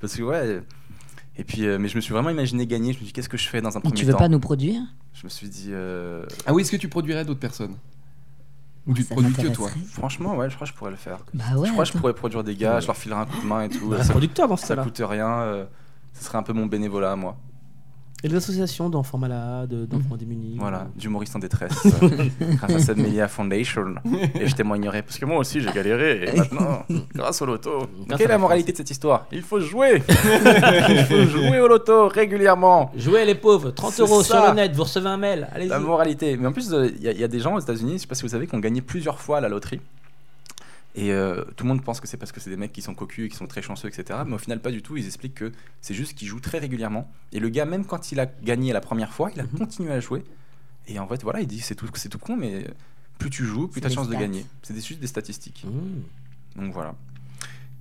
A: Parce que, ouais. Et puis, euh, mais je me suis vraiment imaginé gagner. Je me suis dit, qu'est-ce que je fais dans un
D: Mais
A: premier
D: tu veux
A: temps
D: pas nous produire
A: Je me suis dit, euh,
B: Ah oui, est-ce que tu produirais d'autres personnes Ou tu te
D: Ça
B: produis que toi
D: m'intéresserait.
A: franchement, ouais, je crois que je pourrais le faire.
D: Bah ouais.
A: je crois que je
D: attends.
A: pourrais produire des gars, je leur filerai un coup de main et tout.
C: Bah,
A: ça,
C: producteur dans ce
A: ça
C: cas-là.
A: coûte rien. euh, ce serait un peu mon bénévolat à moi.
C: Et les associations d'enfants malades, d'enfants démunis.
A: Mm. Voilà, d'humoriste en détresse. euh, grâce à cette Media Foundation. Et je témoignerai. Parce que moi aussi, j'ai galéré. Et maintenant, grâce au loto.
C: Grâce
A: Quelle est
C: à la
A: la moralité de cette histoire Il faut jouer Il faut jouer au loto régulièrement
C: Jouez les pauvres, 30
A: C'est
C: euros
A: ça.
C: sur le net, vous recevez un mail. Allez-y.
A: La moralité. Mais en plus, euh, il y, a- il y a des gens aux États-Unis, je sais pas si vous savez, qui ont gagné plusieurs fois la loterie. Et euh, tout le monde pense que c'est parce que c'est des mecs qui sont cocus et qui sont très chanceux, etc. Mais au final, pas du tout. Ils expliquent que c'est juste qu'ils jouent très régulièrement. Et le gars, même quand il a gagné la première fois, il a
C: Mhm.
A: continué à jouer. Et en fait, voilà, il dit c'est tout, c'est tout con, mais plus tu joues, plus
D: C'est
A: tu as de
D: des
A: chances de
D: stats.
A: gagner. C'est des- juste des statistiques.
C: Mmh.
A: Donc voilà.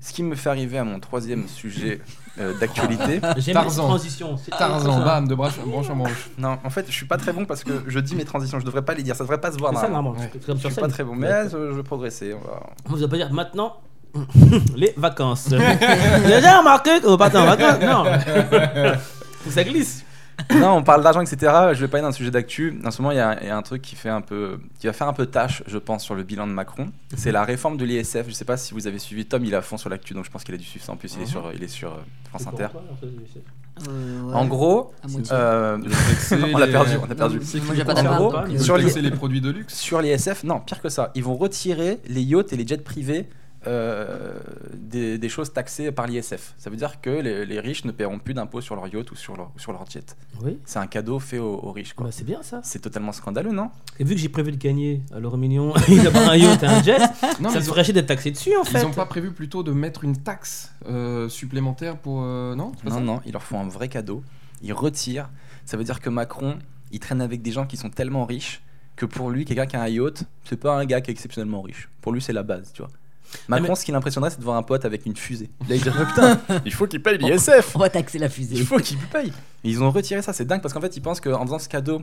A: Ce qui me fait arriver à mon troisième sujet euh, d'actualité.
C: J'aime les
B: Tarzan.
C: transitions. C'est-
B: Tarzan, bah, bam, de branche, branche en branche.
A: Non, en fait, je suis pas très bon parce que je dis mes transitions. Je devrais pas les dire. Ça devrait pas se voir.
C: C'est ça,
A: normalement.
C: normalement.
B: Ouais.
C: C'est comme
A: Je
C: sur
A: suis
C: scène.
A: pas très bon, mais
C: Ouais.
A: euh, je veux progresser. On va...
C: On vous a pas dire maintenant les vacances. Vous avez déjà remarqué qu'on part en vacances Non. Ça glisse.
A: non, on parle d'argent, etc. Je vais pas aller dans le sujet d'actu. En ce moment, il y, a il y a un truc qui fait un peu, qui va faire un peu tâche, je pense, sur le bilan de Macron.
C: Mhm.
A: C'est la réforme de l'ISF. Je sais pas si vous avez suivi. Tom, il est à fond sur l'actu, donc je pense qu'il a dû suivre ça. En plus, il est
B: Mhm.
A: sur, il est sur euh, France
C: C'est
A: Inter.
C: pourquoi, en fait, c'est-
D: Euh, ouais.
A: En gros,
D: À moitié.
A: euh, on l'a perdu, on a perdu.
D: Moi, j'ai pas
A: En
D: d'abord,
A: gros,
C: donc,
B: Ils
C: euh,
A: sur
B: veulent
A: les-
B: taxer les produits de luxe.
A: sur l'ISF, non, pire que ça. Ils vont retirer les yachts et les jets privés euh, des, des choses taxées par l'ISF. Ça veut dire que les, les riches ne paieront plus d'impôts sur leur yacht ou sur leur, ou sur leur jet.
C: Oui.
A: C'est un cadeau fait aux, aux riches, quoi.
C: Bah, c'est bien ça.
A: C'est totalement scandaleux, non
C: Et vu que j'ai prévu de gagner à l'euro million, d'avoir un yacht et un jet,
B: Non,
C: ça
B: mais
C: me
B: ils ont-
C: ferait chier d'être taxé dessus en fait.
B: ils n'ont pas prévu plutôt de mettre une taxe euh, supplémentaire pour. euh, non c'est pas
A: Non,
B: ça
A: non, ils leur font un vrai cadeau. Ils retirent. Ça veut dire que Macron, il traîne avec des gens qui sont tellement riches que pour lui, quelqu'un qui a un yacht, c'est pas un gars qui est exceptionnellement riche. Pour lui, c'est la base, tu vois. Macron, ce qui l'impressionnerait, c'est de voir un pote avec une fusée. Là, il dirait, Oh, putain, il faut qu'il paye l'ISF
D: On va taxer la fusée.
A: Il faut qu'ils payent. Et ils ont retiré ça, c'est dingue parce qu'en fait ils pensent qu'en faisant ce cadeau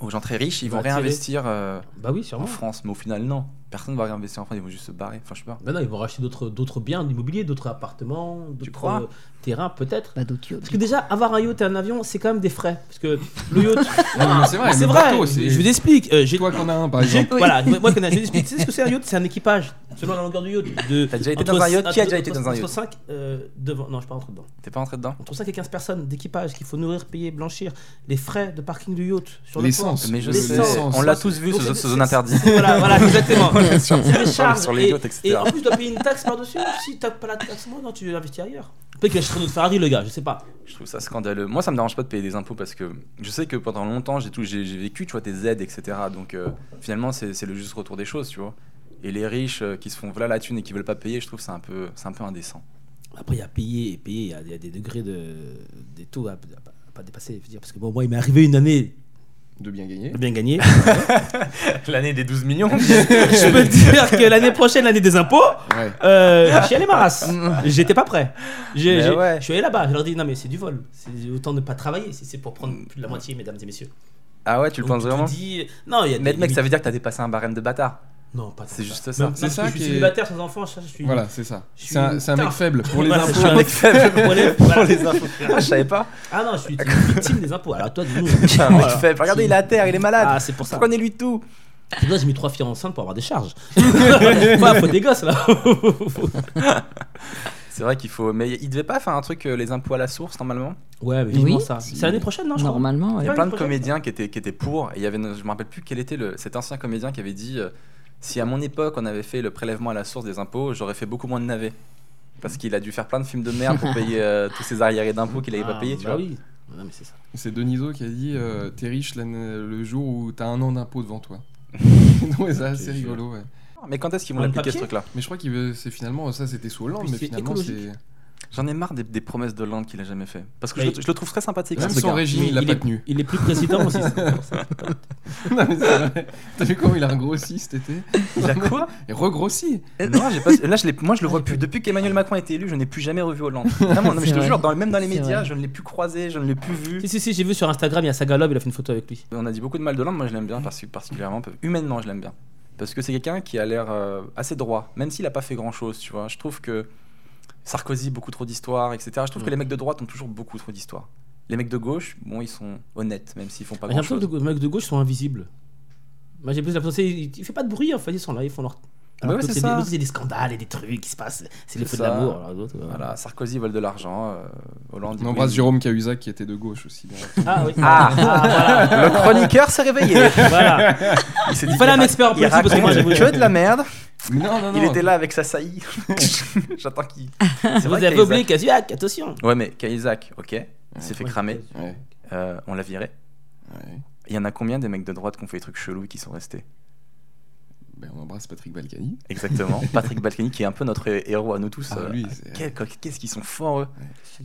A: aux gens très riches, ils
C: Ils vont
A: vont réinvestir euh,
C: Bah oui,
A: en
C: sûrement.
A: France. Mais au final, non. Personne va réinvestir en France, ils vont juste se barrer. Enfin, je sais pas.
C: Bah non, ils vont racheter d'autres d'autres biens d'immobilier, d'autres appartements, d'autres
A: crois
C: euh, terrains peut-être.
D: Pas d'autres yachts.
C: Parce que déjà, avoir un yacht et un avion, c'est quand même des frais. Parce que le yacht.
B: Non, mais c'est vrai,
C: Mais c'est
B: le
C: vrai.
B: bateau, c'est-
C: je vous explique. euh, j'ai-
B: C'est toi qu'on a un, par
C: j'ai-
B: exemple.
C: Voilà, moi moi, je connais- je vous explique. Tu sais ce que c'est un yacht C'est un équipage, selon la longueur du yacht. De,
A: T'as déjà été
C: entre-
A: dans un yacht Qui a
C: entre-
A: déjà été dans un
C: entre
A: yacht
C: 5 euh, devant. Non, je parle entre dedans.
A: T'es pas rentré dedans
C: Entre 5 et 15 personnes d'équipage qu'il faut nourrir, payer, blanchir, les frais de parking du yacht sur le port.
B: L'essence.
A: Mais je
C: Les
A: sais,
C: sens.
A: on l'a tous vu,
C: Donc,
A: ce,
C: c'est-
A: ce zone
C: c'est-
A: interdite.
C: Voilà, voilà, exactement.
A: sur,
C: C'est les
A: sur-
C: charges
A: sur les
C: et-
A: yachts, etc.
C: Et en plus, tu dois payer une taxe par-dessus. Si tu pas la taxe, moi, non, tu investis ailleurs. Peut-être qu'il achèterait notre Ferrari, le gars, je sais pas.
A: Je trouve ça scandaleux. Moi, ça me dérange pas de payer des impôts parce que je sais que pendant longtemps, j'ai tout, j'ai j'ai vécu, tu vois, des aides, etc. Donc euh, finalement, c'est c'est le juste retour des choses, tu vois. Et les riches euh, qui se font voilà la thune et qui veulent pas payer, je trouve c'est un peu, c'est un peu indécent.
C: Après, il y a payer et payer, il y a- il y, a des degrés de, des taux à, à pas- à pas dépasser. je veux dire, parce que bon, moi, il m'est arrivé une année
B: De bien gagner.
C: de bien gagner.
A: L'année des 12 millions.
C: je peux te dire que l'année prochaine, l'année des impôts,
B: Ouais.
C: euh, j'y allais ma race. J'étais pas prêt. J'ai-
A: Mais
C: j'ai-
A: ouais.
C: Je suis allé là-bas, je leur ai dit non, mais c'est du vol. C'est autant ne pas travailler si c'est pour prendre plus de la moitié, mesdames et messieurs.
A: Ah ouais, tu le
C: Donc,
A: penses
C: te
A: vraiment
C: dis- Non, il y a
A: Mais
C: des
A: mec, ça
C: limites.
A: veut dire que t'as dépassé un barème de bâtard.
C: Non, pas tant
A: C'est
C: que
A: juste ça.
C: Même- même
B: C'est
C: parce
B: ça
C: que je suis
B: qui est-
C: célibataire sans enfant, ça, je suis.
B: Voilà, c'est ça.
C: Je
B: C'est un,
C: suis-
B: c'est un mec
C: Putain.
B: faible pour les
C: Voilà,
B: impôts.
C: je suis un mec faible pour les, voilà.
A: Ah, je savais pas.
C: Ah non, je suis une victime des impôts. Alors toi, dis-nous.
A: C'est un mec
C: Voilà.
A: faible. Regardez, il est à terre, il est malade.
C: Ah, c'est pour ça.
A: Prenez-lui tout.
C: Tu vois, j'ai mis trois filles enceintes pour avoir des charges. Enfin, faut des gosses là.
A: C'est vrai qu'il faut. Mais il devait pas faire un truc, euh, les impôts à la source, normalement.
C: ouais, mais
D: Oui.
C: vivement ça. C'est l'année prochaine, non je crois.
D: Normalement, ouais.
A: Il y a
C: Ouais,
A: plein
C: le
A: de
C: projet.
A: comédiens qui étaient, qui étaient pour. Et il y avait, je me rappelle plus quel était le, cet ancien comédien qui avait dit euh, si à mon époque on avait fait le prélèvement à la source des impôts, j'aurais fait beaucoup moins de navets. Parce qu'il a dû faire plein de films de merde pour payer euh, tous ses arriérés d'impôts qu'il avait
C: Ah,
A: pas payés. Tu
C: bah
A: vois.
C: oui. Non, mais c'est ça.
B: C'est Deniso qui a dit euh, T'es riche l'année- le jour où t'as un an d'impôt devant toi. Donc, ça, c'est
A: Ok,
B: rigolo, ouais.
A: Mais quand est-ce qu'ils vont
C: Un
A: l'appliquer ce
C: papier
A: truc-là
B: Mais je crois que c'est finalement, ça c'était sous Hollande,
C: Puis
B: mais
C: c'est
B: finalement c'est.
C: écologique.
A: J'en ai marre des, des promesses de Hollande qu'il a jamais fait. Parce que je,
C: Mais-
A: le- je le trouve très sympathique.
B: Même
A: ce
B: son
A: gars.
B: régime,
C: Mais
B: il l'a
C: il
B: pas
C: est-
B: tenu.
C: Il est plus président aussi. c'est pour ça.
B: Non, mais c'est vrai. T'as vu comment il a regrossi cet été
A: Il a quoi
B: Et regrossi
A: Euh, Non, j'ai pas- Là, je l'ai- moi, je le
D: Ah,
A: vois
D: j'ai
A: plus.
D: pas-
A: Depuis qu'Emmanuel Macron a été élu, je n'ai plus jamais revu Hollande. Vraiment, non, mais
D: C'est
A: je te
D: vrai.
A: jure, dans- même dans les
D: C'est
A: médias,
D: vrai.
A: je ne l'ai plus croisé, je ne l'ai plus vu.
C: Si, si, si, j'ai vu sur Instagram, il y a Saga Love, il a fait une photo avec lui.
A: On a dit beaucoup de mal de Hollande, moi je l'aime bien, parce que particulièrement, humainement je l'aime bien. Parce que c'est quelqu'un qui a l'air euh, assez droit, même s'il n'a pas fait grand chose, tu vois. Je trouve que Sarkozy, beaucoup trop d'histoire, etc. Je trouve que
C: Ouais.
A: les mecs de droite ont toujours beaucoup trop d'histoire. Les mecs de gauche, bon, ils sont honnêtes, même s'ils font pas
C: J'ai
A: grand
C: l'impression
A: chose.
C: que les mecs de gauche sont invisibles. Moi, j'ai plus l'impression qu'ils ne font pas de bruit, en fait, ils sont là, ils font leur. Alors
A: Ah ouais,
C: que
A: c'est
C: c'est
A: ça.
C: des- l'autre, c'est des scandales et des trucs qui se passent. C'est le
A: C'est
C: feu de
A: ça.
C: l'amour. alors l'autre, euh,
A: Voilà, Sarkozy vole de l'argent, euh, Hollande.
B: On
A: il-
B: embrasse
A: oui.
B: Jérôme Cahuzac qui était de gauche aussi. derrière.
C: Ah oui.
A: Ah, le chroniqueur s'est réveillé.
C: voilà.
A: Il s'est
C: Il fallait un
A: ra-
C: expert en
A: il
C: politique parce que moi,
A: raconte
C: j'avoue.
A: que de la merde.
B: Mais non, non, non.
A: Il était là avec sa saillie. J'attends qu'il. C'est
C: Vous
A: vrai,
C: avez
A: Cahuzac.
C: oublié Kazuak, attention.
A: Ouais, mais Cahuzac, ok, il s'est fait
C: Ouais,
A: cramer.
B: Ouais,
A: Euh, on l'a viré.
B: ouais.
A: Il y en a combien des mecs de droite qui ont fait des trucs chelous et qui sont restés
B: Ben, on embrasse Patrick Balkany.
A: Exactement. Patrick Balkany, qui est un peu notre hé- héros à nous tous.
B: Ah,
A: euh,
B: lui, c'est.
A: quel coq- Qu'est-ce qu'ils sont forts, eux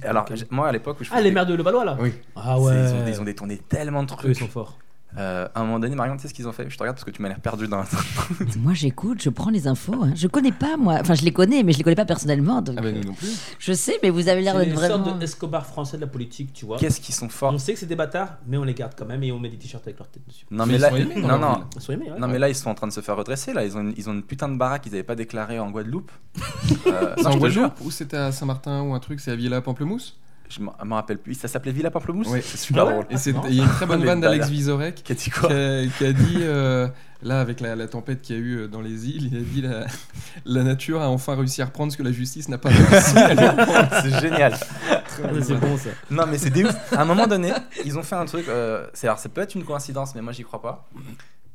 A: Alors, j'ai- moi, à l'époque où je
C: Ah, les
A: faisais-
C: maires de Levallois là
B: Oui.
C: Ah
A: c'est-
C: ouais.
A: ils, ont, ils ont détourné tellement de
C: Eux, ils
A: trucs.
C: sont forts.
A: Euh, à un moment donné, Marion, tu sais ce qu'ils ont fait Je te regarde parce que tu m'as l'air perdu dans
D: Moi, j'écoute, je prends les infos. hein. Je connais pas, moi. Enfin, je les connais, mais je les connais pas personnellement. donc,
B: Ah ben nous non
D: euh,
B: plus.
D: je sais, mais vous avez l'air
C: C'est
D: d'être
C: une
D: vraiment.
C: sorte de Escobar français de la politique, tu vois.
A: Qu'est-ce qu'ils sont forts
C: On sait que c'est des bâtards, mais on les garde quand même et on met des t-shirts avec leur tête dessus.
A: Non,
B: Mais
A: mais
B: ils
A: là,
B: sont aimés dans
A: non,
B: leur
A: non,
B: ville.
C: Ils sont aimés, ouais.
A: Non mais là ils sont en train de se faire redresser là ils ont une, ils ont une putain de baraque qu'ils n'avaient pas déclarée en Guadeloupe. Euh,
B: C'est
A: non,
B: en
A: je te jure,
B: Guadeloupe ou c'était à Saint-Martin ou un truc, c'est à Villa Pamplemousse
A: je m'en m'en rappelle plus. Ça s'appelait Villa Pamplemousse.
B: Ouais.
A: C'est super
C: Ah ouais
A: drôle.
B: Et c'est-
C: Non.
B: il y a une très bonne
A: Les
B: vanne d'Alex
A: balles.
B: Vizorek
A: Qu'est-ce que tu
B: qui
A: crois
B: a, qui a dit, euh, là avec la, la tempête qu'il y a eu euh, dans les îles, il a dit la, la nature a enfin réussi à reprendre ce que la justice n'a pas réussi à lui reprendre.
A: C'est génial.
C: Ouais, Ah, C'est bon ça.
A: Non mais c'est des ouf. À un moment donné, ils ont fait un truc. euh, c'est alors ça peut être une coïncidence, mais moi j'y crois pas.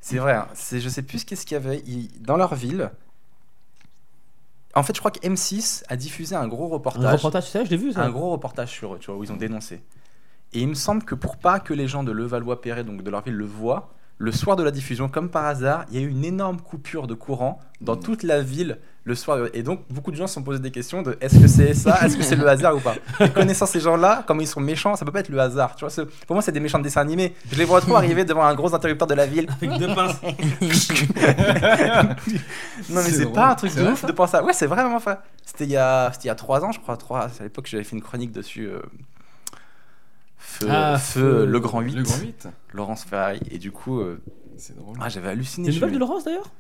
A: C'est vrai. hein. C'est je sais plus ce qu'est-ce qu'il y avait Ils- dans leur ville. En fait, je crois que M6 a diffusé un gros reportage.
C: Un reportage, ça, je l'ai vu ça.
A: un gros reportage sur eux, tu vois, où ils ont dénoncé. Et il me semble que pour pas que les gens de Levallois-Perret, donc de leur ville, le voient, le soir de la diffusion, comme par hasard, il y a eu une énorme coupure de courant dans
C: Mm.
A: toute la ville le soir. de- Et donc, beaucoup de gens se sont posés des questions de est-ce que c'est ça Est-ce que c'est le hasard ou pas Et connaissant ces gens-là, comme ils sont méchants, ça peut pas être le hasard. Tu vois, c'est- pour moi, c'est des méchants de dessin animé. Je les vois trop arriver devant un gros interrupteur de la ville.
C: Avec deux pinces.
A: Non, mais
B: C'est
A: c'est
B: drôle.
A: pas un truc
B: C'est
A: de
B: vrai,
A: ouf de penser à. Ouais, c'est vraiment vrai. C'était il, y a... c'était il y a 3 ans, je crois. 3... C'est à l'époque que j'avais fait une chronique dessus. euh, Feu,
C: Ah,
A: feu,
C: Feu,
A: le grand 8,
B: Le grand 8
A: Laurence Ferrari. Et du coup, euh,
B: C'est drôle.
A: ah, j'avais halluciné.
C: Des
A: je-
C: nouvelles de Laurence d'ailleurs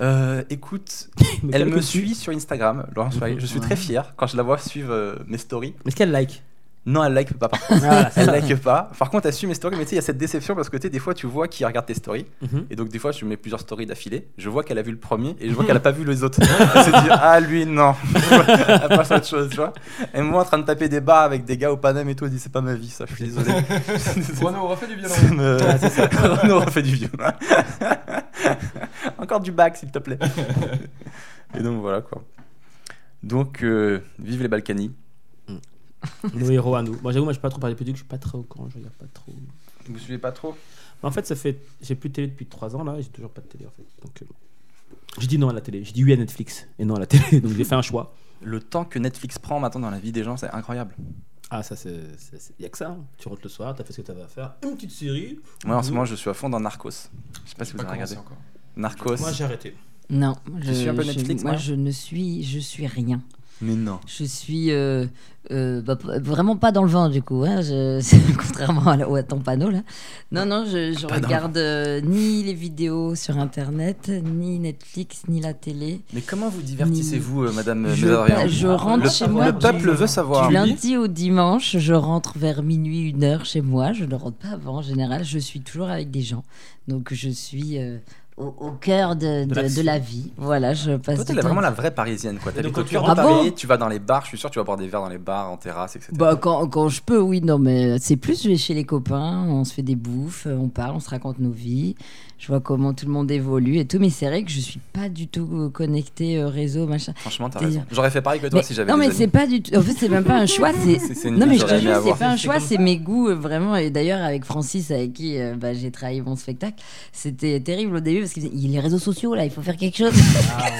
A: Euh, écoute,
C: Mais
A: elle
C: quel
A: me
C: que-
A: suit sur Instagram, Laurence Ferrari. Je suis
D: Ouais.
A: très fier quand je la vois suivre euh, mes stories.
C: Mais est-ce qu'elle like
A: Non, elle like pas par contre.
C: Voilà,
A: elle like pas. Par contre, elle suit mes stories, mais tu sais, il y a cette déception parce que tu sais, des fois, tu vois qui regarde tes stories.
C: Mhm.
A: Et donc des fois, je mets plusieurs stories d'affilée. Je vois qu'elle a vu le premier et je vois qu'elle a pas vu les autres. Elle se dit ah lui non, elle passe à autre chose, tu vois. Et moi en train de taper des bars avec des gars au Paname et tout, elle dit c'est pas ma vie ça, je suis désolé.
B: Bon, non, on refait du violon.
A: Ah, Ça me- On aura fait du vieux. Encore du bac s'il te plaît. Et donc voilà quoi. Donc euh, vive les Balkany.
C: Nos héros à nous. Moi j'avoue, moi je suis pas trop parlé politique, je suis pas trop au courant, je regarde pas trop.
A: Vous suivez pas trop
C: Mais en fait, ça fait. J'ai plus de télé depuis 3 ans là, et j'ai toujours pas de télé en fait. Donc. euh, J'ai dit non à la télé, j'ai dit oui à Netflix et non à la télé, donc j'ai fait un choix.
A: Le temps que Netflix prend maintenant dans la vie des gens, c'est incroyable.
C: Ah, ça, c'est. Y'a que ça. hein. Tu rentres le soir, t'as fait ce que t'avais à faire, une petite série.
A: Moi en ce
C: Mmh.
A: moment, je suis à fond dans Narcos. Je sais pas si vous avez regardé. Narcos.
C: Moi j'ai arrêté.
D: Non,
A: Tu suis un peu Netflix,
D: moi,
A: Maria
D: je ne suis, je suis rien.
A: Mais non.
D: Je suis euh, euh, bah, p- vraiment pas dans le vent du coup, hein, je- contrairement à, la- à ton panneau là. Non, non, je, je
A: Pas dans le
D: regarde euh, ni les vidéos sur internet, ni Netflix, ni la télé.
A: Mais comment vous divertissez-vous, euh, Madame euh,
D: Je-
A: Médadrian
D: je rentre
A: le,
D: chez moi,
A: Le peuple
C: j'ai-
A: veut savoir.
D: du lundi au dimanche, je rentre vers minuit, une heure chez moi. Je ne rentre pas avant. En général, je suis toujours avec des gens. Donc, je suis euh, au, au cœur de, de-
C: l'action.
D: de la vie. Voilà, je passe.
A: Toi, t'es
D: du
A: la-
D: temps-
A: vraiment la vraie parisienne, quoi. T'habites
C: donc,
A: au cœur de
C: quand
D: tu
A: Paris,
D: rentres-
A: tu vas dans les bars, je suis sûr, tu vas boire des verres dans les bars, en terrasse, etc.
D: Bah, quand, quand je peux, oui, non, mais c'est plus, je vais chez les copains, on se fait des bouffes, euh, on parle, on se raconte nos vies, je vois comment tout le monde évolue et tout, mais c'est vrai que je suis pas du tout euh, connectée euh, réseau, machin.
A: Franchement, t'as
D: t'es-
A: raison. J'aurais fait pareil que toi
D: Mais-
A: si j'avais
D: non,
A: des
D: mais
A: amis.
D: c'est pas du tout, en fait, c'est même pas un choix, c'est.
A: C'est- c'est une
D: Non,
A: vie
D: mais
A: que
D: je te
A: j'aurais aimé
D: jure, c'est
A: avoir.
D: pas un
C: C'est
D: choix,
C: comme
D: c'est
C: ça.
D: mes goûts, euh, vraiment. Et d'ailleurs, avec Francis, avec qui euh, bah, j'ai travaillé mon spectacle, c'était terrible au début, parce parce qu'il il y a les réseaux sociaux là, il faut faire quelque chose.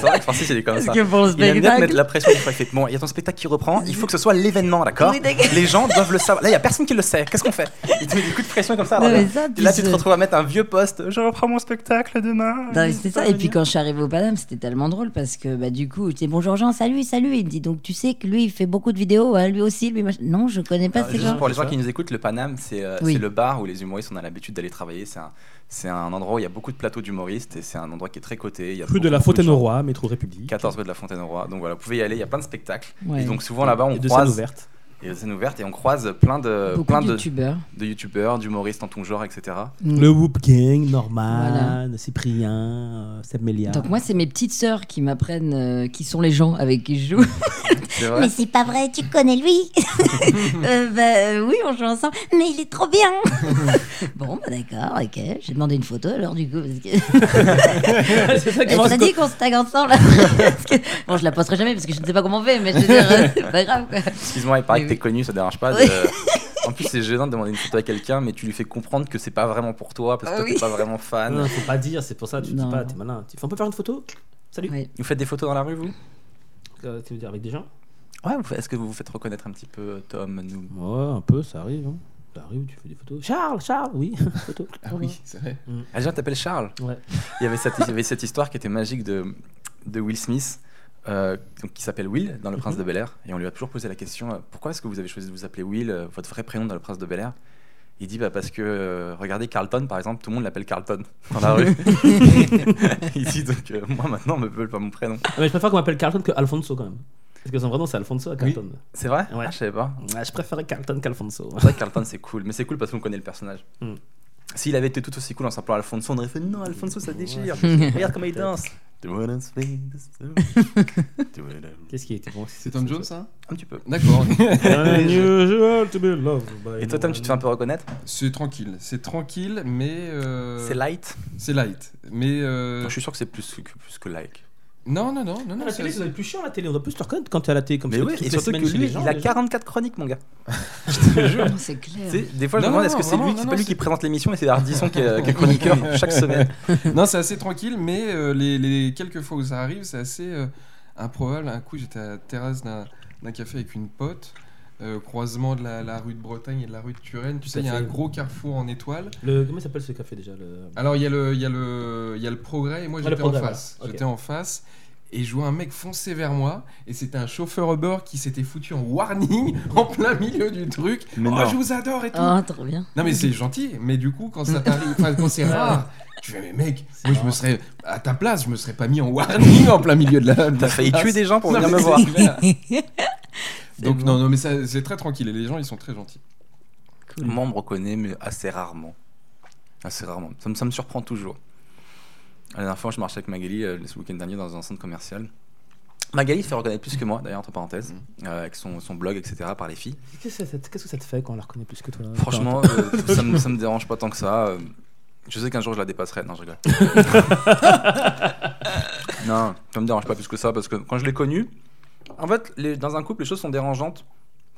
A: C'est vrai que Francis, il est comme
D: parce
A: ça.
D: que pour le
A: Il aime bien te mettre
D: spectacle.
A: la pression. une fois, il fait, Bon, il y a ton spectacle qui reprend, il faut que ce soit l'événement, d'accord
D: Oui, d'accord.
A: Les gens doivent le savoir. Là, il y a personne qui le sait. Qu'est-ce qu'on fait Il te met des coups de pression comme ça.
D: Non,
A: alors,
D: mais ça,
A: et là,
D: puis
A: tu te
D: ce-
A: retrouves à mettre un vieux poste. Je reprends mon spectacle demain.
D: Non, mais c'était ça. Et puis quand je suis arrivée au Paname, c'était tellement drôle parce que bah, du coup, je dis bonjour Jean, salut, salut. Il me dit donc tu sais que lui il fait beaucoup de vidéos, hein, lui aussi, lui machin. Non, je connais pas
A: Alors,
D: ces
A: Ah, juste
D: gens.
A: pour les gens qui nous écoutent, le Paname, c'est euh,
D: Oui.
A: c'est le bar où les humoristes on a l'habitude d'aller travailler. C'est un, c'est un endroit où il y a beaucoup de plateaux d'humoristes et c'est un endroit qui est très coté. Il y a
C: Rue de
A: beaucoup,
C: la
A: beaucoup
C: Fontaine
A: gens.
C: au Roi, métro République.
A: 14 rue de la Fontaine au Roi. Donc voilà, vous pouvez y aller, il y a plein de spectacles.
D: Ouais.
A: Et donc souvent là-bas, on
C: Et de scène
A: croise.
C: ouverte.
A: Et de scènes ouvertes, et on croise plein de,
D: Beaucoup
A: euh, plein
D: de
A: de,
D: youtubeurs.
A: de youtubeurs, d'humoristes en tout genre, etc.
D: Mm.
C: Le Whoop Gang, Norman, Cyprien, euh, Seb Melia.
D: Donc moi, c'est mes petites sœurs qui m'apprennent euh, qui sont les gens avec qui je joue.
A: C'est vrai.
D: Mais c'est pas vrai, tu connais lui Euh, bah, euh, Oui, on joue ensemble, mais il est trop bien Bon, bah d'accord, ok. J'ai demandé une photo alors du coup. Parce que...
C: c'est ça qui
D: Elle
C: m'a
D: m'a dit qu'on se tag ensemble. Parce que- Bon, je la posterai jamais parce que je ne sais pas comment on fait, mais je veux dire, euh, c'est pas grave quoi.
A: Excuse-moi, il paraît
D: Oui,
A: que t'es connu, ça dérange pas. de-
D: Oui.
A: En plus, c'est gênant de demander une photo à quelqu'un, mais tu lui fais comprendre que c'est pas vraiment pour toi, parce que
D: Ah
A: toi,
D: oui.
A: t'es pas vraiment fan.
C: Non, faut pas dire, c'est pour ça, tu
D: Non.
C: dis pas, t'es malin. Tu fais, on peut faire une photo Salut.
D: Ouais.
A: Vous faites des photos dans la rue, vous
C: Euh, tu veux dire avec des gens
A: Ouais, vous- est-ce que vous vous faites reconnaître un petit peu, euh, Tom, nous
C: Ouais, un peu, ça arrive. hein. Ça arrive, tu fais des photos. Charles, Charles, oui, photo.
B: Ah oui, c'est vrai.
A: Ah, déjà, t'appelles Charles
C: Ouais.
A: il y, avait cette, il y avait cette histoire qui était magique de, de Will Smith, euh, donc, qui s'appelle Will dans Le Prince
C: Mhm.
A: de Bel Air. Et on lui a toujours posé la question euh, pourquoi est-ce que vous avez choisi de vous appeler Will, euh, votre vrai prénom dans Le Prince de Bel Air Il dit bah, parce que, euh, regardez Carlton par exemple, tout le monde l'appelle Carlton dans la rue. il dit donc, euh, moi maintenant, on me peut pas mon prénom.
C: Ah, mais je préfère qu'on m'appelle Carlton que Alfonso quand même. Parce que son vrai nom c'est Alfonso à Carlton.
A: C'est vrai
C: Ouais.
A: Ah, Je savais pas.
C: Ah, je préférais Carlton qu'Alfonso.
A: C'est vrai que Carlton c'est cool, mais c'est cool parce qu'on connaît le personnage.
C: Mm.
A: S'il avait été tout aussi cool en s'appelant Alfonso, on aurait fait non, Alfonso ça déchire. Regarde comment il danse.
C: Qu'est-ce qui était bon
B: C'est Tom Jones, ça
A: Un petit peu.
B: D'accord.
C: Unusual to be loved by
A: Et toi, Tom,
C: no
A: tu te fais
C: one.
A: un peu reconnaître
B: c'est tranquille. C'est tranquille, mais. euh,
A: C'est light
B: C'est light. Mais. euh,
A: Je suis sûr que c'est plus que, plus que like.
B: Non, non, non, non,
C: Ah,
B: non.
C: La
B: c'est-
C: télé, c'est plus chiant la télé. On doit plus te reconnaître quand t'es à la télé comme
A: Mais
C: ça,
A: oui,
C: toutes
A: et
C: les
A: surtout que
C: semaines chez les
A: lui,
C: gens,
A: il a
C: les gens.
A: 44 chroniques, mon gars. je te jure.
D: Non, Oh, C'est
A: Tu
D: clair.
A: sais, des fois, je
B: Non,
A: me demande
B: non,
A: est-ce que c'est
B: vraiment,
A: lui,
B: non,
A: c'est
B: non,
A: pas lui
B: c'est-
A: qui présente l'émission et c'est Hardisson qui est, qui est chroniqueur chaque semaine.
B: Non, c'est assez tranquille, mais euh, les, les quelques fois où ça arrive, c'est assez euh, improbable. Un coup, j'étais à la terrasse d'un d'un café avec une pote, euh, au croisement de la, la rue de Bretagne et de la rue de Turenne. Tu
C: Tout
B: sais,
C: à
B: il y a
C: fait.
B: un gros carrefour en étoile.
C: Le... Comment il s'appelle ce café déjà le...
B: Alors, il y, a le- il y, a le- il y a le progrès, et moi,
C: Ah, le
B: j'étais en
C: Progrès,
B: face.
C: voilà. Ok.
B: J'étais en face. Et je vois un mec foncer vers moi, et c'était un chauffeur Uber qui s'était foutu en warning en plein milieu du truc.
A: Mais
B: oh,
A: non.
B: je vous adore et tout.
D: Ah, trop bien.
B: Non mais c'est gentil, mais du coup quand ça t'arrive, enfin, quand c'est rare, tu fais mais mec, moi je me serais à ta place, je me serais pas mis en warning en plein milieu de la. de
A: T'as
B: la
A: failli
B: place.
A: tuer des gens pour
B: Non,
A: venir
B: mais
A: me
B: Ah, c'est
A: voir.
B: clair. Donc
A: bon.
B: non non mais ça, c'est très tranquille et les gens ils sont très gentils.
A: Moi, on me reconnaît, mais assez rarement. Assez rarement. Ça me, ça me surprend toujours. La dernière fois, je marchais avec Magali euh, ce week-end dernier dans un centre commercial. Magali se fait reconnaître plus que moi, d'ailleurs, entre parenthèses, euh, avec son, son blog, etc., par les filles.
C: Qu'est-ce que ça- qu'est-ce que ça te fait quand on la reconnaît plus que toi là
A: Franchement, euh, ça, me, ça me dérange pas tant que ça. euh, Je sais qu'un jour je la dépasserai. Non, je rigole. non, ça me dérange pas plus que ça parce que quand je l'ai connue, en fait, les- dans un couple, les choses sont dérangeantes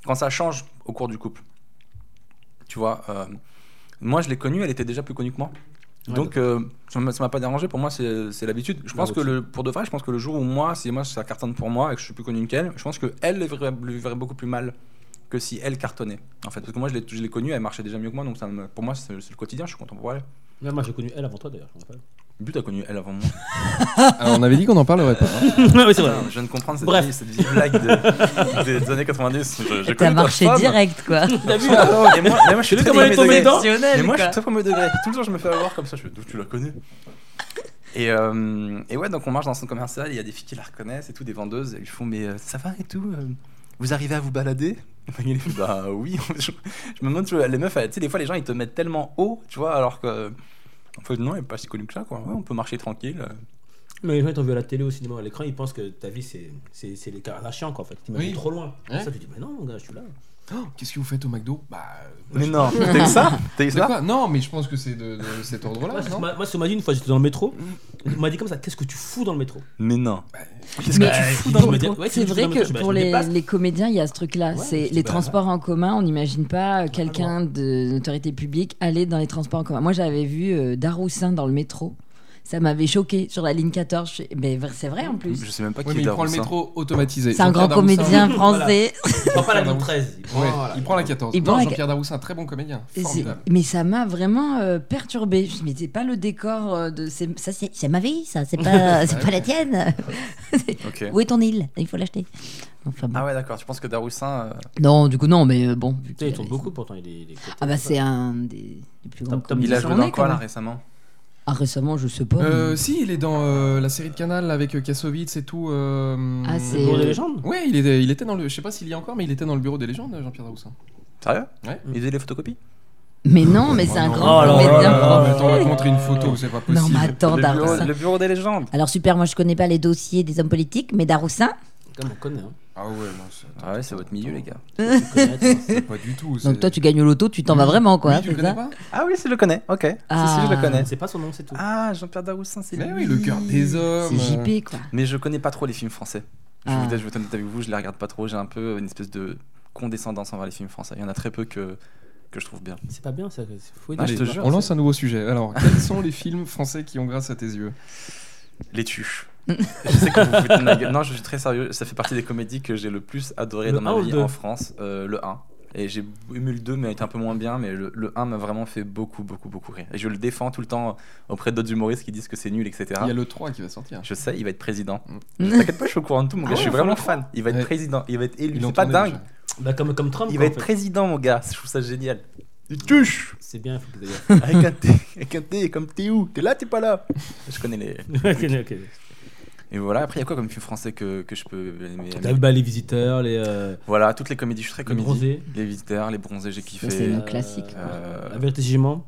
A: quand ça change au cours du couple. Tu vois, euh, moi je l'ai connue, elle était déjà plus connue que moi.
C: Ouais,
A: Donc euh, ça m'a ça m'a pas dérangé, pour moi c'est c'est l'habitude. Je
C: Bah,
A: pense que le, pour de vrai, je pense que le jour où moi, si moi ça cartonne pour moi et que je suis plus connu qu'elle, je pense que elle le verrait, le verrait beaucoup plus mal que si elle cartonnait. En fait, parce que moi je l'ai- je l'ai connue, elle marchait déjà mieux que moi, donc ça me- pour moi c'est c'est le quotidien, je suis content pour elle.
C: Ouais, moi j'ai connu elle avant toi d'ailleurs, je me rappelle.
A: But a connu elle avant moi. Ah,
B: Alors on avait dit qu'on en parlerait pas. hein.
C: Ah oui, c'est vrai.
A: Putain, je viens de comprendre cette,
C: Bref.
A: vieille, cette vieille blague de- des années 90. Je- je connais
D: T'as
A: ta
D: marché
A: femme.
D: direct quoi.
C: T'as vu
A: Ah non, mais moi, mais moi, je suis
C: Vu
A: très
C: comment elle est tombée
A: premier degré.
C: dedans
A: Mais moi,
D: Exceptionnel
A: je
D: quoi.
A: suis très premier degré. Tout le temps, je me fais avoir comme ça. Je fais d'où tu la connais et, euh, et ouais, donc on marche dans un centre commercial. Il y a des filles qui la reconnaissent et tout, des vendeuses. Ils font, mais euh, ça va et tout euh, Vous arrivez à vous balader Magali fait, Bah oui. je, je me demande, tu vois, les meufs, elles- tu sais, des fois, les gens, ils te mettent tellement haut, tu vois, alors que. En fait, non, elle est pas si connue que ça, quoi. Ouais, on peut marcher tranquille. euh.
C: Mais les gens, ils t'ont vu à la télé, au cinéma, à l'écran, ils pensent que ta vie, c'est, c'est, c'est les Kardashians, quoi, en fait. Ils
B: Oui.
C: t'imagines trop loin. Pour
B: Ouais.
C: Ça, tu dis, mais non, mon gars, je suis là.
B: Oh, Qu'est-ce que vous faites au McDo Bah. euh,
A: Mais non, t'as eu ça T'as eu
B: de
A: ça
B: quoi Non mais je pense que c'est de, de cet ordre-là.
C: moi,
B: non
C: moi, moi, ce matin, une fois, j'étais dans le métro. On m'a dit comme ça, qu'est-ce que tu fous dans le métro
A: Mais non. Qu'est-ce
D: Mais
A: que tu
C: tu
A: fous
C: fous
A: dans
C: dans
A: le
C: le
A: métro
C: Ouais,
D: C'est
C: si je suis
D: vrai
C: dans le
D: que
C: métro,
D: pour
C: je me
D: les,
C: déplace.
D: les comédiens, il y a ce truc-là.
C: Ouais,
D: c'est
C: je dis,
D: les
C: bah,
D: transports en commun. On n'imagine pas euh, quelqu'un
C: loin.
D: de l'autorité publique aller dans les transports en commun. Moi, j'avais vu euh, Daroussin dans le métro. ça m'avait choqué sur la ligne 14. Je- Mais c'est vrai en plus.
A: Je sais même pas
B: Oui,
A: qui
B: mais
A: est
B: il prend le
A: Daroussin.
B: métro automatisé.
D: C'est un grand
B: Jean-Pierre Daroussin-
D: comédien
C: Daroussin.
D: français.
C: Il prend pas la ligne
B: Daroussin.
C: 13. Il prend,
B: Ah, bah, Ouais,
C: voilà,
B: il prend la 14.
D: Il
B: Non,
D: prend la-
B: Jean-Pierre Daroussin, très bon comédien.
D: Et c'est-
B: Formidable.
D: Mais ça m'a vraiment euh, perturbée. Je me disais pas le décor euh, de. c'est- Ça, c'est c'est ma vie, ça. C'est pas, c'est pas la tienne.
A: Ok.
D: Où est ton île Il faut l'acheter. Enfin, bon.
A: Ah ouais, d'accord. Tu penses que Daroussin. euh,
D: Ah. Non, du coup, non, mais euh, bon.
C: Tu
D: vu
C: sais,
D: qu'il
C: il tourne
D: avait-
C: beaucoup pourtant. Il est, il est coté.
D: Ah bah, c'est un des, des plus grands.
C: Tom- Tom,
D: comédiens
A: il a joué
D: qu'on
A: dans
D: ait,
A: quoi
D: quand
A: là
D: même.
A: récemment
D: hein. Ah, récemment, je sais pas.
B: Euh, si, il est dans euh, la série de Canal avec euh, Kassovitz et tout. euh,
D: Ah, c'est-
C: Le bourreau
D: euh,
C: des légendes
B: Ouais, il était, il était dans le. Je sais pas s'il y a encore, mais il était dans le bureau des légendes, Jean-Pierre Daroussin.
A: Sérieux
B: Ouais.
A: Il faisait les photocopies
D: Mais non, mais c'est un
B: Oh,
D: grand
C: non,
D: comédien
C: non, non,
B: Mais
D: français.
B: attends, on va te montrer une photo, c'est pas
D: Non,
B: possible.
D: mais attends,
A: le, bureau,
D: Daroussin.
A: le bureau des légendes.
D: Alors, super, moi, je connais pas les dossiers des hommes politiques, mais Daroussin.
C: Comme on connaît. Hein.
B: Ah ouais, non, c'est-
A: Ah ouais, c'est votre milieu, les gars.
C: Tu connais, attends.
B: pas du tout. c'est-
D: Donc, toi, tu gagnes au loto, tu t'en vas vraiment, quoi.
B: Lui,
D: hein,
B: tu
D: c'est
B: le connais
D: ça
B: pas
A: Ah oui, si, je le connais. Ok. Si, si, je le
D: Ah.
A: connais.
C: C'est pas son nom, c'est tout.
A: Ah, Jean-Pierre Daroussin, c'est
B: Mais
A: lui.
B: oui, le cœur des hommes.
D: C'est JP, quoi.
A: Mais je connais pas trop les films français. Je
D: Ah.
A: vous dis- je vais être honnête avec vous, je les regarde pas trop. J'ai un peu une espèce de condescendance envers les films français. Il y en a très peu que, que je trouve bien.
C: C'est pas bien ça. c'est- Faut
A: Ah,
C: aider.
A: je te jure.
B: On lance un nouveau sujet. Alors, quels sont les films français qui ont grâce à tes yeux
A: Les tuches. je sais que vous vous foutez de ma gueule. Non, je suis très sérieux. Ça fait partie des comédies que j'ai le plus adoré
C: Le
A: dans ma
C: un ou le
A: vie
C: deux
A: en France. Euh, le 1. Et j'ai aimé le 2, mais il était un peu moins bien. Mais le, le 1 m'a vraiment fait beaucoup, beaucoup, beaucoup rire. Et je le défends tout le temps auprès d'autres humoristes qui disent que c'est nul, etc.
B: Il y a le 3 qui va sortir.
A: Je sais, il va être président.
D: Mm.
A: T'inquiète pas, je suis au courant de tout, mon
C: Ah
A: gars. je
C: ouais,
A: suis
C: faut
A: vraiment
C: le croire.
A: fan. Il va être
B: Ouais.
A: président, il va être élu.
B: Ils l'ont
A: C'est pas
B: tourné
A: dingue.
B: déjà.
C: Bah, comme, comme Trump.
A: Il
C: quoi,
A: va
C: en
A: être
C: fait.
A: président, mon gars. Je trouve ça génial. Les tuches
C: C'est bien, il faut que d'ailleurs.
A: Avec un T, avec un T, comme t'es où T'es là, t'es pas là Je connais les.
C: ok, ok.
A: Et voilà, après, il y a quoi comme film français que, que je peux aimer
C: T'as vu, bah, les visiteurs, les. euh,
A: Voilà, toutes les comédies, je suis très
C: les
A: comédie.
C: bronzés.
A: Les visiteurs, les bronzés, j'ai
D: Ça, c'est
A: kiffé.
D: le classique.
A: Euh,
C: La vérité, si je mens.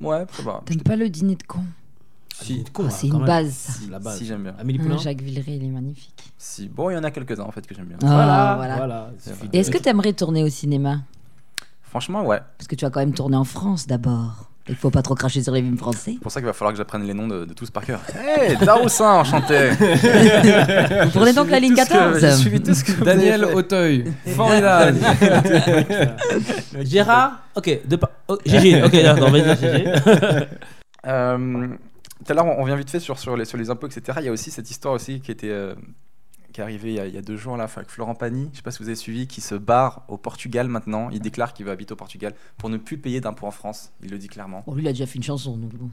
A: Ouais, ça va.
D: T'aimes pas le dîner de con Oh,
A: Si,
C: con,
D: Ah,
C: hein,
D: C'est une base.
A: si,
C: La base.
A: si, j'aime bien.
C: Amélie
D: Ah,
C: Poulain.
D: Jacques Villeray, il est magnifique.
A: Si. Bon, il y en a quelques-uns en fait que j'aime bien.
D: Ah,
C: voilà. voilà. Il
A: C'est
C: suffit
A: vrai.
C: de-
D: Et est-ce que t'aimerais tourner au cinéma
A: Franchement, ouais.
D: Parce que tu vas quand même tourner en France d'abord. Il faut pas trop cracher sur les films français.
A: C'est pour ça qu'il va falloir que j'apprenne les noms de, de tous par cœur. Hé, Daroussin, enchanté Ah,
D: Vous prenez donc la ligne 14
A: J'ai suivi tout ce que vous avez
B: Daniel
A: fait.
B: Auteuil. Formidable.
C: Gérard Ok, de pas. oh, GG, ok, d'accord, on va dire GG.
A: Euh, Tout à l'heure, on on vient vite fait sur, sur, les, sur les impôts, etc. Il y a aussi cette histoire aussi qui était euh, qui est arrivée il y, a, il y a deux jours là, avec Florent Pagny. Je sais pas si vous avez suivi, qui se barre au Portugal maintenant. Il déclare qu'il va habiter au Portugal pour ne plus payer d'impôts en France. Il le dit clairement.
D: Bon, lui, il a déjà fait une chanson. donc bon.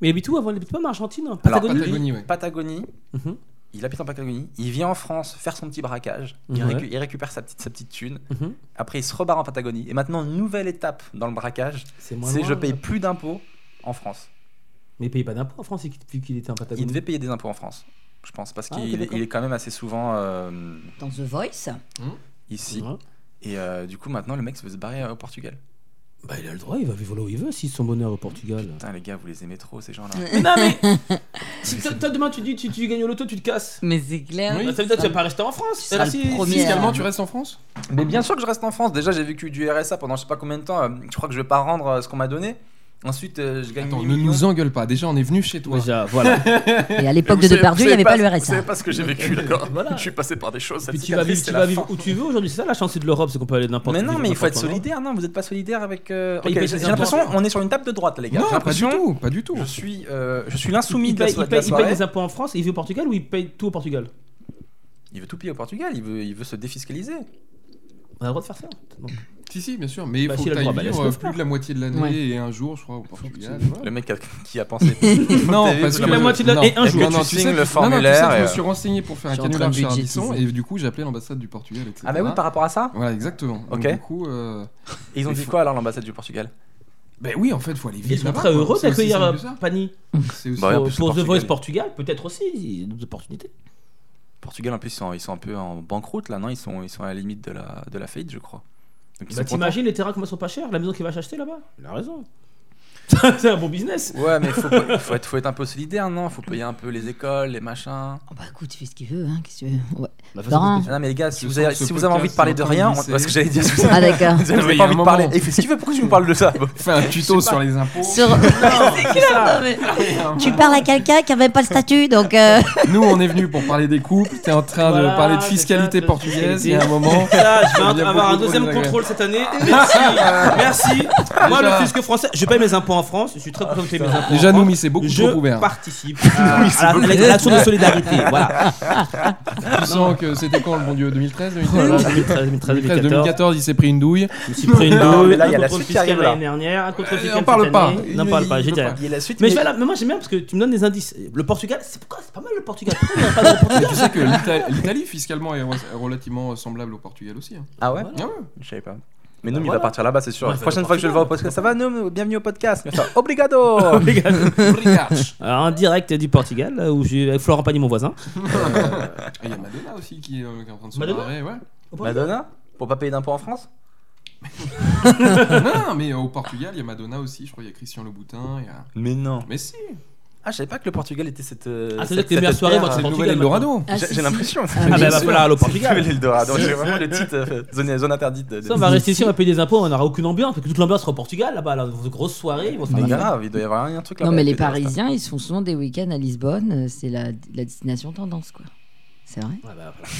C: Mais il habite où avant Il habite pas en Argentine hein
A: Alors,
C: Patagonie
B: Patagonie, ouais.
A: Patagonie.
C: Mhm.
A: Il habite en Patagonie. Il vient en France faire son petit braquage. Il,
C: Ouais.
A: récu- il récupère sa petite, sa petite thune.
C: Mhm.
A: Après, il se rebarre en Patagonie. Et maintenant, une nouvelle étape dans le braquage,
C: C'est moins
A: c'est
C: loin,
A: je paye
C: là.
A: plus d'impôts en France.
C: Mais il paye pas d'impôts en France il- vu qu'il était en Patagonie.
A: Il devait payer des impôts en France, je pense, parce
C: Ah,
A: qu'il
C: ok,
A: il est-
C: d'accord.
A: il est quand même assez souvent euh,
D: Dans The Voice,
A: ici.
C: Ouais.
A: Et euh, du coup, maintenant, le mec se veut se barrer euh, au Portugal.
C: Bah, il a le droit, il va vivre là où il veut s'il son bonheur au Portugal.
A: Putain, les gars, vous les aimez trop, ces gens-là.
C: Mais non, mais. Si toi, toi, demain tu dis tu, tu gagnes au loto, tu te casses.
D: mais c'est clair.
A: Ah,
C: Bah, ça veut dire que tu vas pas rester en France.
D: seras
C: Ah,
D: le
C: si-
D: premier.
B: Fiscalement, tu restes en France
A: Mais bien sûr que je reste en France. Déjà, j'ai vécu du RSA pendant je sais pas combien de temps. Euh, Je crois que je vais pas rendre euh, ce qu'on m'a donné. Ensuite, euh, je gagne
B: Attends,
A: 8
B: ne
A: millions.
B: nous engueule pas. Déjà, on est venu chez toi.
C: Déjà, voilà.
D: Et à l'époque
A: Vous
D: de
A: savez-
D: Depardieu, il
A: vous
D: n'y avait pas
A: savez
D: le
A: Vous savez
D: RSA.
A: pas ce que j'ai vécu, d'accord
C: Voilà.
A: Je suis passé par des choses. cette
C: Puis tu vas
A: cicatrice,
C: vivre,
A: c'est
C: tu
A: la
C: vas vivre
A: fin.
C: où tu veux aujourd'hui. C'est ça la chance de l'Europe, c'est qu'on peut aller n'importe où.
A: Mais non,
C: vivre
A: mais il faut être
C: n'importe où.
A: solidaire. Non, vous êtes pas solidaire avec. euh,
C: Il
A: ok,
C: paye
A: J'ai
C: ses
A: j'ai l'impression
C: impôts.
A: on est sur une table de droite, les gars.
B: Non,
A: J'ai
B: pas du
A: l'impression
B: tout. Pas du tout.
A: Je suis, euh, je suis l'insoumis
C: Il
A: de la,
C: paye,
A: so-
C: il
A: de la
C: paye- il paye
A: soirée.
C: des impôts en France, il vit au Portugal ou il paye tout au Portugal
A: Il veut tout payer au Portugal. Il veut, il veut se défiscaliser.
C: On a le droit de faire ça. Donc,
B: Si, si, bien sûr. Mais il
C: Bah,
B: faut
C: si,
B: que
C: elle a le
B: t'ailles
C: droit, bah,
B: vivre
C: laisse-le
B: euh,
C: faire.
B: plus de la moitié de l'année
D: Ouais.
B: et un jour, je crois, au Portugal.
A: Le mec qui a, qui a pensé.
B: Non,
A: T'es-
B: parce que.
C: la moitié de la-
B: non.
C: et un
B: Non,
C: jour.
B: non,
A: Que tu
B: tu
A: signes le
B: sais- non, non, tu sais,
A: formulaire
B: Je
A: et,
B: me
A: euh,
B: suis renseigné pour faire un
D: Je suis en train
B: canular
D: de
B: chez Ardisson et
D: budgétiser.
B: du coup, j'ai appelé l'ambassade du Portugal, etc.
A: Ah bah oui, par rapport à ça.
B: Voilà, exactement. Donc,
A: Ok.
B: Du coup, euh,
A: Et ils ont
B: Il
A: dit
B: faut-
A: quoi alors l'ambassade du Portugal
B: ben oui, en fait, faut aller vivre.
C: ils sont
B: là-bas,
C: très
B: quoi.
C: heureux
B: C'est aussi
C: d'accueillir
B: simple que
C: euh,
B: ça.
C: Pani.
B: C'est aussi-
A: Bah, Ouais, en
C: pour,
A: plus,
C: pour
A: le
C: The
A: Portugal.
C: Voice Portugal, peut-être aussi, il y a des opportunités. Bah,
A: Portugal en plus ils sont, ils sont un peu en banqueroute là, non Ils sont, ils sont à la limite de la, de la faillite, je crois. Donc, ils
C: Bah,
A: sont contents.
C: T'imagines les terrains comment ils sont pas chers, la maison qu'il va s'acheter là-bas Il a raison. c'est un bon business.
A: Ouais, mais faut, pas- faut, être, faut être un peu solidaire, non Faut payer un peu les écoles, les machins.
D: Oh, bah écoute, il fait ce qu'il veut. Hein, qu'est-ce que tu veux Ouais.
C: Bah,
D: Florent.
C: façon,
A: Ah Non, mais les gars, si
B: Je
A: vous
B: sens
A: avez,
B: que ce
A: si vous avez envie de
B: podcast
A: parler
B: est
A: de
B: en train de
A: rien, on-
B: glisser.
A: parce que j'allais dire tout ça.
D: Ah d'accord.
A: Vous avez
B: Oui, il y
A: pas
B: a
A: envie
B: un
A: de parler.
B: moment.
A: Et il fait ce qu'il veut, pourquoi tu me parles de ça
B: Fais un tuto sur les impôts.
D: Sur... tu parles à quelqu'un qui n'avait pas le statut, donc... euh,
B: Nous, on est venus pour parler des couples. T'es en train
C: Voilà,
B: de parler de
C: c'est
B: fiscalité
C: ça, de
B: portugaise. Il y
C: fiscalité.
B: a un moment.
C: Ça, je vais
B: Il y a
C: avoir un
B: beaucoup de
C: deuxième
B: regrets.
C: contrôle cette année. Merci. Merci. Moi, le
B: Déjà.
C: fisc français, je paye mes impôts en en France. Je suis très content de payer mes impôts.
B: Déjà,
C: en France.
B: nous, mais c'est beaucoup
C: je
B: trop ouvert.
C: participe à, à la- à l'action de solidarité. Voilà.
B: Tu sens que c'était quand le bon Dieu 2013
C: Voilà,
B: 2013
C: 2013,
B: 2013,
C: 2014.
B: 2014, il s'est pris une douille.
C: Je me suis pris une
A: Non,
C: douille.
A: mais là, il y a
C: un
A: la
C: contrôle
A: suite qui arrive,
C: fiscal
A: là.
C: l'année dernière, un contrôle
B: Euh,
C: fiscal
B: on parle
C: cette
B: pas.
C: année.
B: Il-
C: N'en parle pas.
B: il
C: j'étais
B: veut
C: là.
B: pas.
A: Il y a la suite.
C: Mais, je vais là- mais moi j'aime bien parce que tu me donnes des indices. Le Portugal, c'est pourquoi c'est pas mal le Portugal. Pourquoi on n'a pas de Portugal
B: Tu sais que l'Ita- l'Italie, fiscalement, est re- relativement semblable au Portugal aussi. hein.
A: Ah ouais
B: Ah ouais.
A: Je savais pas. Mais Noom,
C: Bah
A: il va
C: voilà.
A: partir là-bas, c'est sûr.
C: Ouais,
A: La
C: ça
A: prochaine
C: va
A: fois que je le vois au podcast, ça va Noom Bienvenue au podcast. Comme ça, Obrigado
B: Brigage.
C: Alors, en direct du Portugal, là où j'ai avec Florent Pagny, mon voisin.
B: Et Il y a Madonna aussi qui est, euh, qui est en train de se
C: Madonna
B: barrer, ouais.
C: Bah,
A: Madonna Pour pas payer d'impôts en France
B: Non, mais euh, au Portugal, il y a Madonna aussi. Je crois il y a Christian Louboutin. il y a-
A: Mais non.
B: Mais si,
A: Ah, je savais pas que le Portugal était cette. euh,
C: Ah, c'est-à-dire
A: cette-
C: que les meilleures
A: cette
C: soirées
A: terre,
C: vont être
A: euh,
B: c'est le
C: Portugal,
B: nouvel Eldorado.
D: Ah,
A: J'ai
D: si,
A: j'ai
D: si.
A: l'impression.
D: Ah, bah,
C: bah, va falloir aller au
A: C'est
C: Portugal.
A: que l'Eldorado.
C: Si.
A: J'ai vraiment le titre euh, zone, zone interdite. De, de-
C: Ça, on va rester ici, on va payer des impôts, on n'aura aucune ambiance. Parce que toute l'ambiance sera au Portugal là-bas, là, dans de grosses soirées. Ils vont se
A: Mais
C: faire la fête.
A: grave, il doit y avoir un truc là.
D: Non, mais les Parisiens, ils sont souvent des week-ends à Lisbonne. euh, C'est la, la destination tendance, quoi. C'est vrai
C: Ouais, bah, voilà.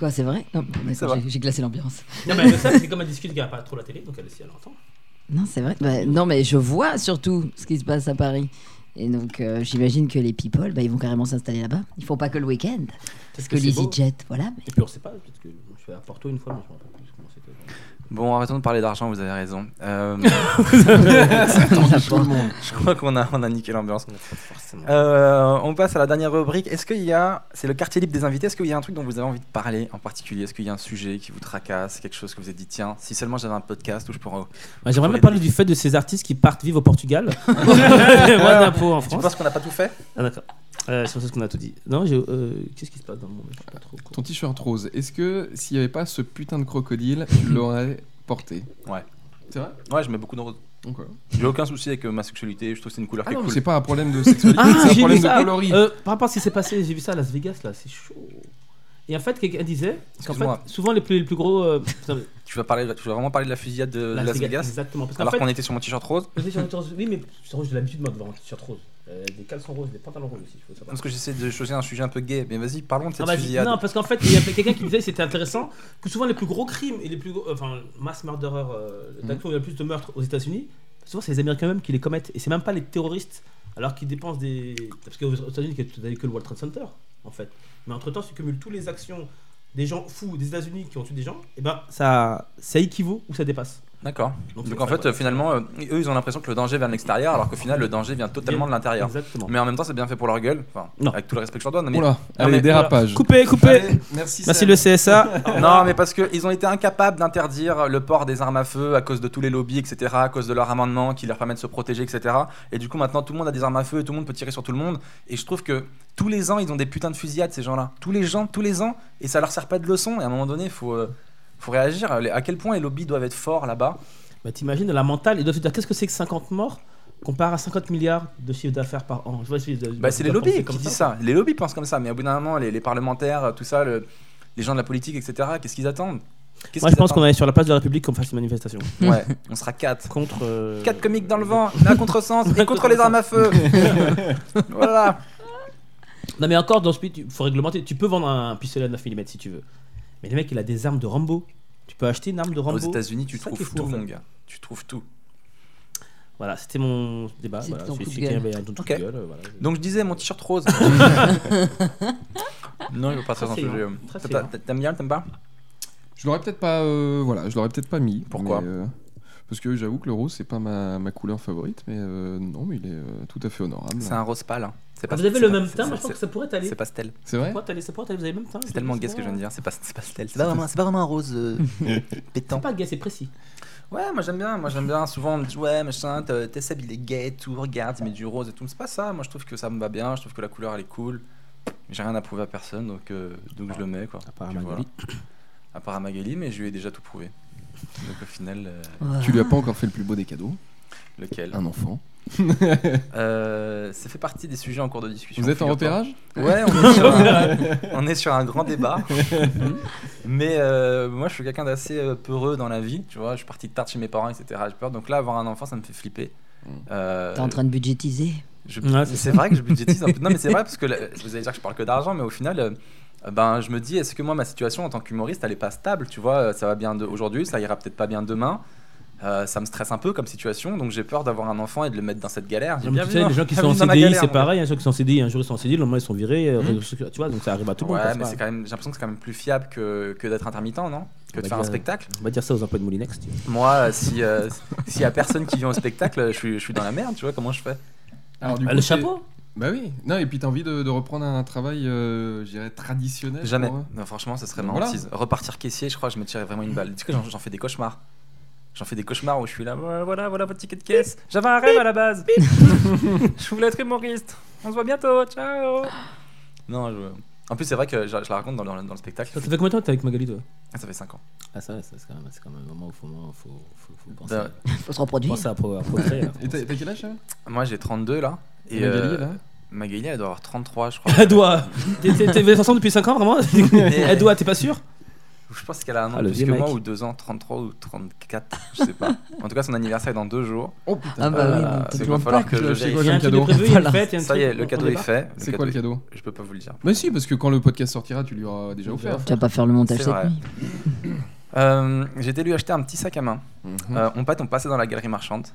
D: Quoi, c'est vrai Non,
A: C'est
D: d'accord,
A: vrai.
D: j'ai- j'ai classé l'ambiance.
C: Non, mais le seul, c'est comme elle discute, il n'y a pas trop la télé, donc elle, si elle entend.
D: Non, c'est vrai. Bah, non, mais je vois surtout ce qui se passe à Paris. Et donc, euh, j'imagine que les people, bah, ils vont carrément s'installer là-bas. Ils font pas que le week-end. Parce que
C: que c'est
D: les
C: beau.
D: EasyJet, voilà. mais-
C: Et puis on sait pas, peut-être que je suis à Porto une fois, mais je me rappelle plus comment c'était.
A: Bon, arrêtons de parler d'argent, vous avez raison. Euh,
B: Tout le monde.
A: je crois qu'on a, on a niqué l'ambiance.
C: Forcément.
A: Euh, on passe à la dernière rubrique. Est-ce qu'il y a, c'est le quartier libre des invités, est-ce qu'il y a un truc dont vous avez envie de parler en particulier Est-ce qu'il y a un sujet qui vous tracasse, quelque chose que vous avez dit, tiens, si seulement j'avais un podcast où je pourrais.
C: Bah, J'aimerais bien
A: Pour
C: parler
A: les-
C: du fait de ces artistes qui partent vivre au Portugal. Moins d'impôts en
A: Tu
C: France.
A: penses qu'on n'a pas tout fait
C: Ah, d'accord. Euh, je pensais qu'on a tout dit. Non, j'ai, euh, qu'est-ce qui se passe dans mon. Je suis pas trop au courant.
B: Ton t-shirt rose, est-ce que s'il n'y avait pas ce putain de crocodile, tu l'aurais porté
A: Ouais.
B: C'est vrai
A: Ouais, je mets beaucoup de rose.
B: Donc, euh,
A: J'ai aucun souci avec euh, ma sexualité, je trouve que c'est une couleur
B: Ah
A: qui est
B: non, mais
A: cool.
B: c'est pas un problème de sexualité, c'est un
C: Ah, j'ai
B: problème
C: vu
B: de
C: ça.
B: coloris.
C: Euh, par rapport à ce qui s'est passé, j'ai vu ça à Las Vegas, là, c'est chaud. Et en fait, quelqu'un disait qu'en
A: Excuse-moi.
C: fait, souvent les plus, les plus gros. euh, putain, mais-
A: Tu vas, parler, tu vas vraiment parler de la fusillade de Las, Vegas,
C: Exactement. Parce qu'en
A: Alors
C: fait,
A: qu'on était sur mon t-shirt rose
C: le t-shirt rose- oui, mais t-shirt rose, j'ai l'habitude, moi, de voir un t-shirt rose. Euh, des caleçons roses, des pantalons roses aussi, il faut savoir.
A: Parce que j'essaie de choisir un sujet un peu gay. Mais vas-y, parlons de cette
C: Ah bah,
A: fusillade.
C: non, parce qu'en fait, il y avait quelqu'un qui disait, c'était intéressant, que souvent les plus gros crimes et les plus gros. Enfin, mass murderer, euh, d'action, où il y a le plus de meurtres aux États-Unis, souvent c'est les Américains même qui les commettent. Et c'est même pas les terroristes, alors qu'ils dépensent des. Parce qu'aux États-Unis, tu n'avais que le World Trade Center, en fait. Mais entre-temps, si tu cumules toutes les actions des gens fous des États-Unis qui ont tué des gens, et ben ça, ça équivaut ou ça dépasse.
A: D'accord. Donc,
C: c'est
A: en
C: ça,
A: fait,
C: voilà.
A: euh, finalement, euh, eux, ils ont l'impression que le danger vient de l'extérieur, alors qu'au final, le danger vient totalement de l'intérieur.
C: Exactement.
A: Mais en même temps, c'est bien fait pour leur gueule. Enfin,
C: Non.
A: avec tout le respect que je leur donne. Mais...
B: Oula,
A: Ah,
B: allez,
A: mais-
B: dérapage.
C: Coupez, coupez
B: Allez, merci,
C: Merci
B: Sam.
C: le CSA.
A: Non, mais parce qu'ils ont été incapables d'interdire le port des armes à feu à cause de tous les lobbies, etc., à cause de leur amendement qui leur permet de se protéger, etc. Et du coup, maintenant, tout le monde a des armes à feu et tout le monde peut tirer sur tout le monde. Et je trouve que tous les ans, ils ont des putains de fusillades, ces gens-là. Tous les gens, tous les ans, et ça leur sert pas de leçon. Et à un moment donné, il faut, euh, faut réagir. Les- À quel point les lobbies doivent être forts là-bas
C: Bah, T'imagines la mentale, ils doivent se dire qu'est-ce que c'est que 50 morts comparé à 50 milliards de chiffre d'affaires par an. Je vois, c'est-
A: Bah, c'est les
C: doivent
A: lobbies
C: penser
A: qui
C: comme
A: disent ça. Les lobbies pensent comme ça, mais au bout d'un moment, les, les parlementaires, tout ça, le- les gens de la politique, etc., qu'est-ce qu'ils attendent Qu'est-ce
C: Moi
A: qu'ils
C: je pense qu'on
A: attendent
C: allait sur la place de la République qu'on fasse une manifestation.
A: Ouais, on sera quatre.
C: Contre. euh,
A: Quatre comiques dans le vent, à contresens, et contre les armes à feu. voilà.
C: Non mais encore dans ce pays, il faut réglementer. Tu peux vendre un pistolet à 9 mm si tu veux. Mais le mec il a des armes de Rambo. Tu peux acheter une arme de
A: Aux
C: Rambo.
A: États-Unis, tu
C: C'est ça qui est
A: trouves
C: fou,
A: tout,
C: en fait.
A: mon gars. Tu trouves tout.
C: Voilà, c'était mon débat.
D: C'est
C: Voilà,
D: ton
C: celui-
D: coup de
C: celui qui
D: gueule.
C: avait un ton coup
A: Ok.
C: de gueule, euh, voilà.
A: Donc je disais mon t-shirt rose. non, il veut pas ça
C: Très
A: dans ce
C: feignant,
A: jeu.
C: très
A: T'a-
C: feignant.
A: t'a- T'aimes bien, t'aimes pas
B: Je l'aurais peut-être pas, euh, voilà, je l'aurais peut-être pas mis.
A: Pourquoi
B: mais, euh, Parce que j'avoue que le rose c'est pas ma, ma couleur favorite, mais euh, non, mais il est euh, tout à fait honorable.
A: C'est un rose pâle. hein. C'est
C: Ah,
A: pas-
C: vous avez
A: c'est
C: le
A: pas-
C: même
A: c'est-
C: teint, moi
A: c'est-
C: je pense que ça pourrait t'aller.
A: C'est pastel.
B: C'est vrai
C: Pourquoi t'allais- C'est pourquoi t'allais- vous avez le même teint
A: C'est tellement gay ce que je viens de dire. C'est pas, c'est pastel. C'est pas vraiment, c'est pas vraiment un rose euh, pétant.
C: C'est pas gay, c'est précis.
A: Ouais, moi j'aime bien, moi j'aime bien. Souvent on me dit ouais, machin, t'es t'es sable, il est gay, et tout, regarde, il met du rose et tout. Mais c'est pas ça, moi je trouve que ça me va bien, je trouve que la couleur elle est cool. J'ai rien à prouver à personne donc, euh, donc je le mets quoi.
C: À part à
A: Puis
C: Magali.
A: voilà. À part à Magali, mais je lui ai déjà tout prouvé. Donc au final, euh,
D: Voilà.
B: Tu lui as pas encore fait le plus beau des cadeaux,
A: lequel
B: un enfant.
A: Euh, Ça fait partie des sujets en cours de discussion.
B: Vous êtes en
A: figure-toi.
B: repérage
A: Ouais, on est, sur un, on est sur un grand débat. Mais euh, moi, je suis quelqu'un d'assez euh, peureux dans la vie. Tu vois, je suis parti de tard chez mes parents, etc. J'ai peur. Donc là, avoir un enfant, ça me fait flipper. Euh,
D: T'es en train de budgétiser.
A: je-
C: Mm. Ouais, c'est
A: c'est vrai que je budgétise un peu. Non, mais c'est vrai parce que là, vous allez dire que je parle que d'argent, mais au final. euh, euh, ben, je me dis, est-ce que moi, ma situation en tant qu'humoriste, elle est pas stable Tu vois, ça va bien de- aujourd'hui, ça ira peut-être pas bien demain. Euh, ça me stresse un peu comme situation, donc j'ai peur d'avoir un enfant et de le mettre dans cette galère. J'ai
C: Tu
A: bien vu,
C: sais,
A: hein,
C: les gens qui
A: bien
C: sont en
A: vu dans ma
C: CDI,
A: galère,
C: c'est
A: en
C: pareil. hein, les gens qui sont en CDI, un jour ils sont en CDI, le lendemain ils sont virés. euh,
A: Mhm.
C: tu vois, donc ça arrive à tout
A: fait.
C: le monde.
A: Ouais,
C: quoi, c'est
A: mais
C: pas-
A: c'est quand même, j'ai l'impression que c'est quand même plus fiable que, que d'être intermittent, non Que de
C: Bah,
A: faire un
C: bien.
A: spectacle.
C: On va dire ça aux emplois de Moulinex. tu vois.
A: Moi, euh, si euh, s'il y a personne qui vient au spectacle, je suis, je suis dans la merde, tu vois, comment je fais
B: Alors, du
C: Ah, le
B: t'es-
C: chapeau
B: Bah oui. Non, et puis t'as envie de, de reprendre un travail, euh, je dirais, traditionnel.
A: Jamais.
B: pour, euh,
A: Non, franchement, ce serait
B: Bah,
A: ma
B: voilà.
A: hantise. Repartir caissier, je crois, que je me tirais vraiment une balle. Du coup, j'en- j'en fais des cauchemars. J'en fais des cauchemars où je suis là, Ouais, voilà, voilà votre ticket de caisse. J'avais un rêve à la base. je voulais être humoriste. On se voit bientôt, ciao. Non, je- en plus, c'est vrai que je, je la raconte dans le, dans le spectacle.
C: Ça fait combien de temps que t'es avec Magali toi
A: Ah, Ça fait 5 ans.
F: Ah, ça, ça, c'est quand même, c'est quand même un moment où faut, faut, faut, faut penser,
A: Bah,
D: Faut se reproduire.
F: penser à, pro, à procréer. là,
B: Et
F: faut-
B: t'as t'as quel âge là
A: Moi, j'ai 32 là. Et
B: Magali,
A: euh,
B: là
A: Magali, elle doit avoir 33, je crois.
C: Elle doit T'es- t'es- T'es t'es ensemble depuis 5 ans vraiment Elle doit, t'es pas sûr
A: Je pense qu'elle a un an
F: Ah, le
A: plus
F: vieux
A: que
F: mec.
A: moi, ou 2 ans, 33 ou 34, je sais pas. En tout cas, son anniversaire est dans 2 jours.
B: Oh putain.
D: Ah bah
A: Euh,
D: oui, non, te
A: il va
D: plante
A: falloir
D: pas.
A: que
B: Je
A: je
B: sais
A: vérifie.
B: quoi,
C: Il y a un
B: Comme
C: truc de
B: cadeau.
C: prévu, il y a une
D: Voilà.
C: fête, il y a un
A: Ça y
C: truc,
A: est, le
C: on- on
A: cadeau est
C: débarque.
A: fait.
B: C'est quoi le
A: est-
B: cadeau
A: Je peux pas vous le dire.
B: Mais si, parce que quand le podcast sortira, tu lui auras déjà offert.
D: Tu vas pas faire le montage
A: C'est
D: cette
A: vrai.
D: nuit.
A: Euh, J'étais lui acheter un petit sac à main.
B: Mhm.
A: Euh, on pâte, on passait dans la galerie marchande.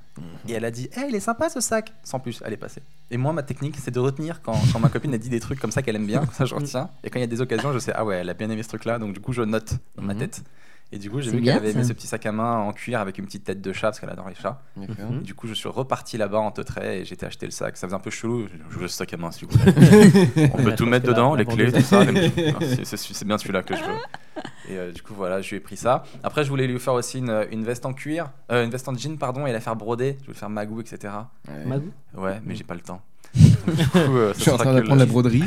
A: Et elle a dit Hey, il est sympa ce sac Sans plus, elle est passée. Et moi, ma technique, c'est de retenir quand, quand ma copine a dit des trucs comme ça qu'elle aime bien. Ça, je retiens. Et quand il y a des occasions, je sais Ah ouais, elle a bien aimé ce truc-là. Donc, du coup, je note dans ma
B: Mhm.
A: tête. Et du coup, j'ai
D: C'est
A: vu qu'elle
D: bien,
A: avait
D: ça.
A: mis ce petit sac à main en cuir avec une petite tête de chat parce qu'elle adore les chats.
B: D'accord.
A: Et du coup, je suis reparti là-bas en trait et j'étais acheté le sac. Ça faisait un peu chelou. Je veux ce sac à main, s'il vous plaît. On peut
C: Ouais,
A: tout
C: parce
A: mettre
C: que la-
A: dedans,
C: la
A: les clés, tout
C: vendeuse-
A: ça. Merci, C'est c'est bien celui-là que je veux. Et euh, du coup, voilà, je lui ai pris ça. Après, je voulais lui faire aussi une, une veste en cuir, euh, une veste en jean, pardon, et la faire broder. Je voulais faire magou, etc.
B: Ouais.
C: Magou
A: Ouais, mais j'ai pas le temps. Donc, du coup, euh, ça
B: Je suis en
A: sera
B: train
A: que
B: d'apprendre
A: le-
B: la broderie.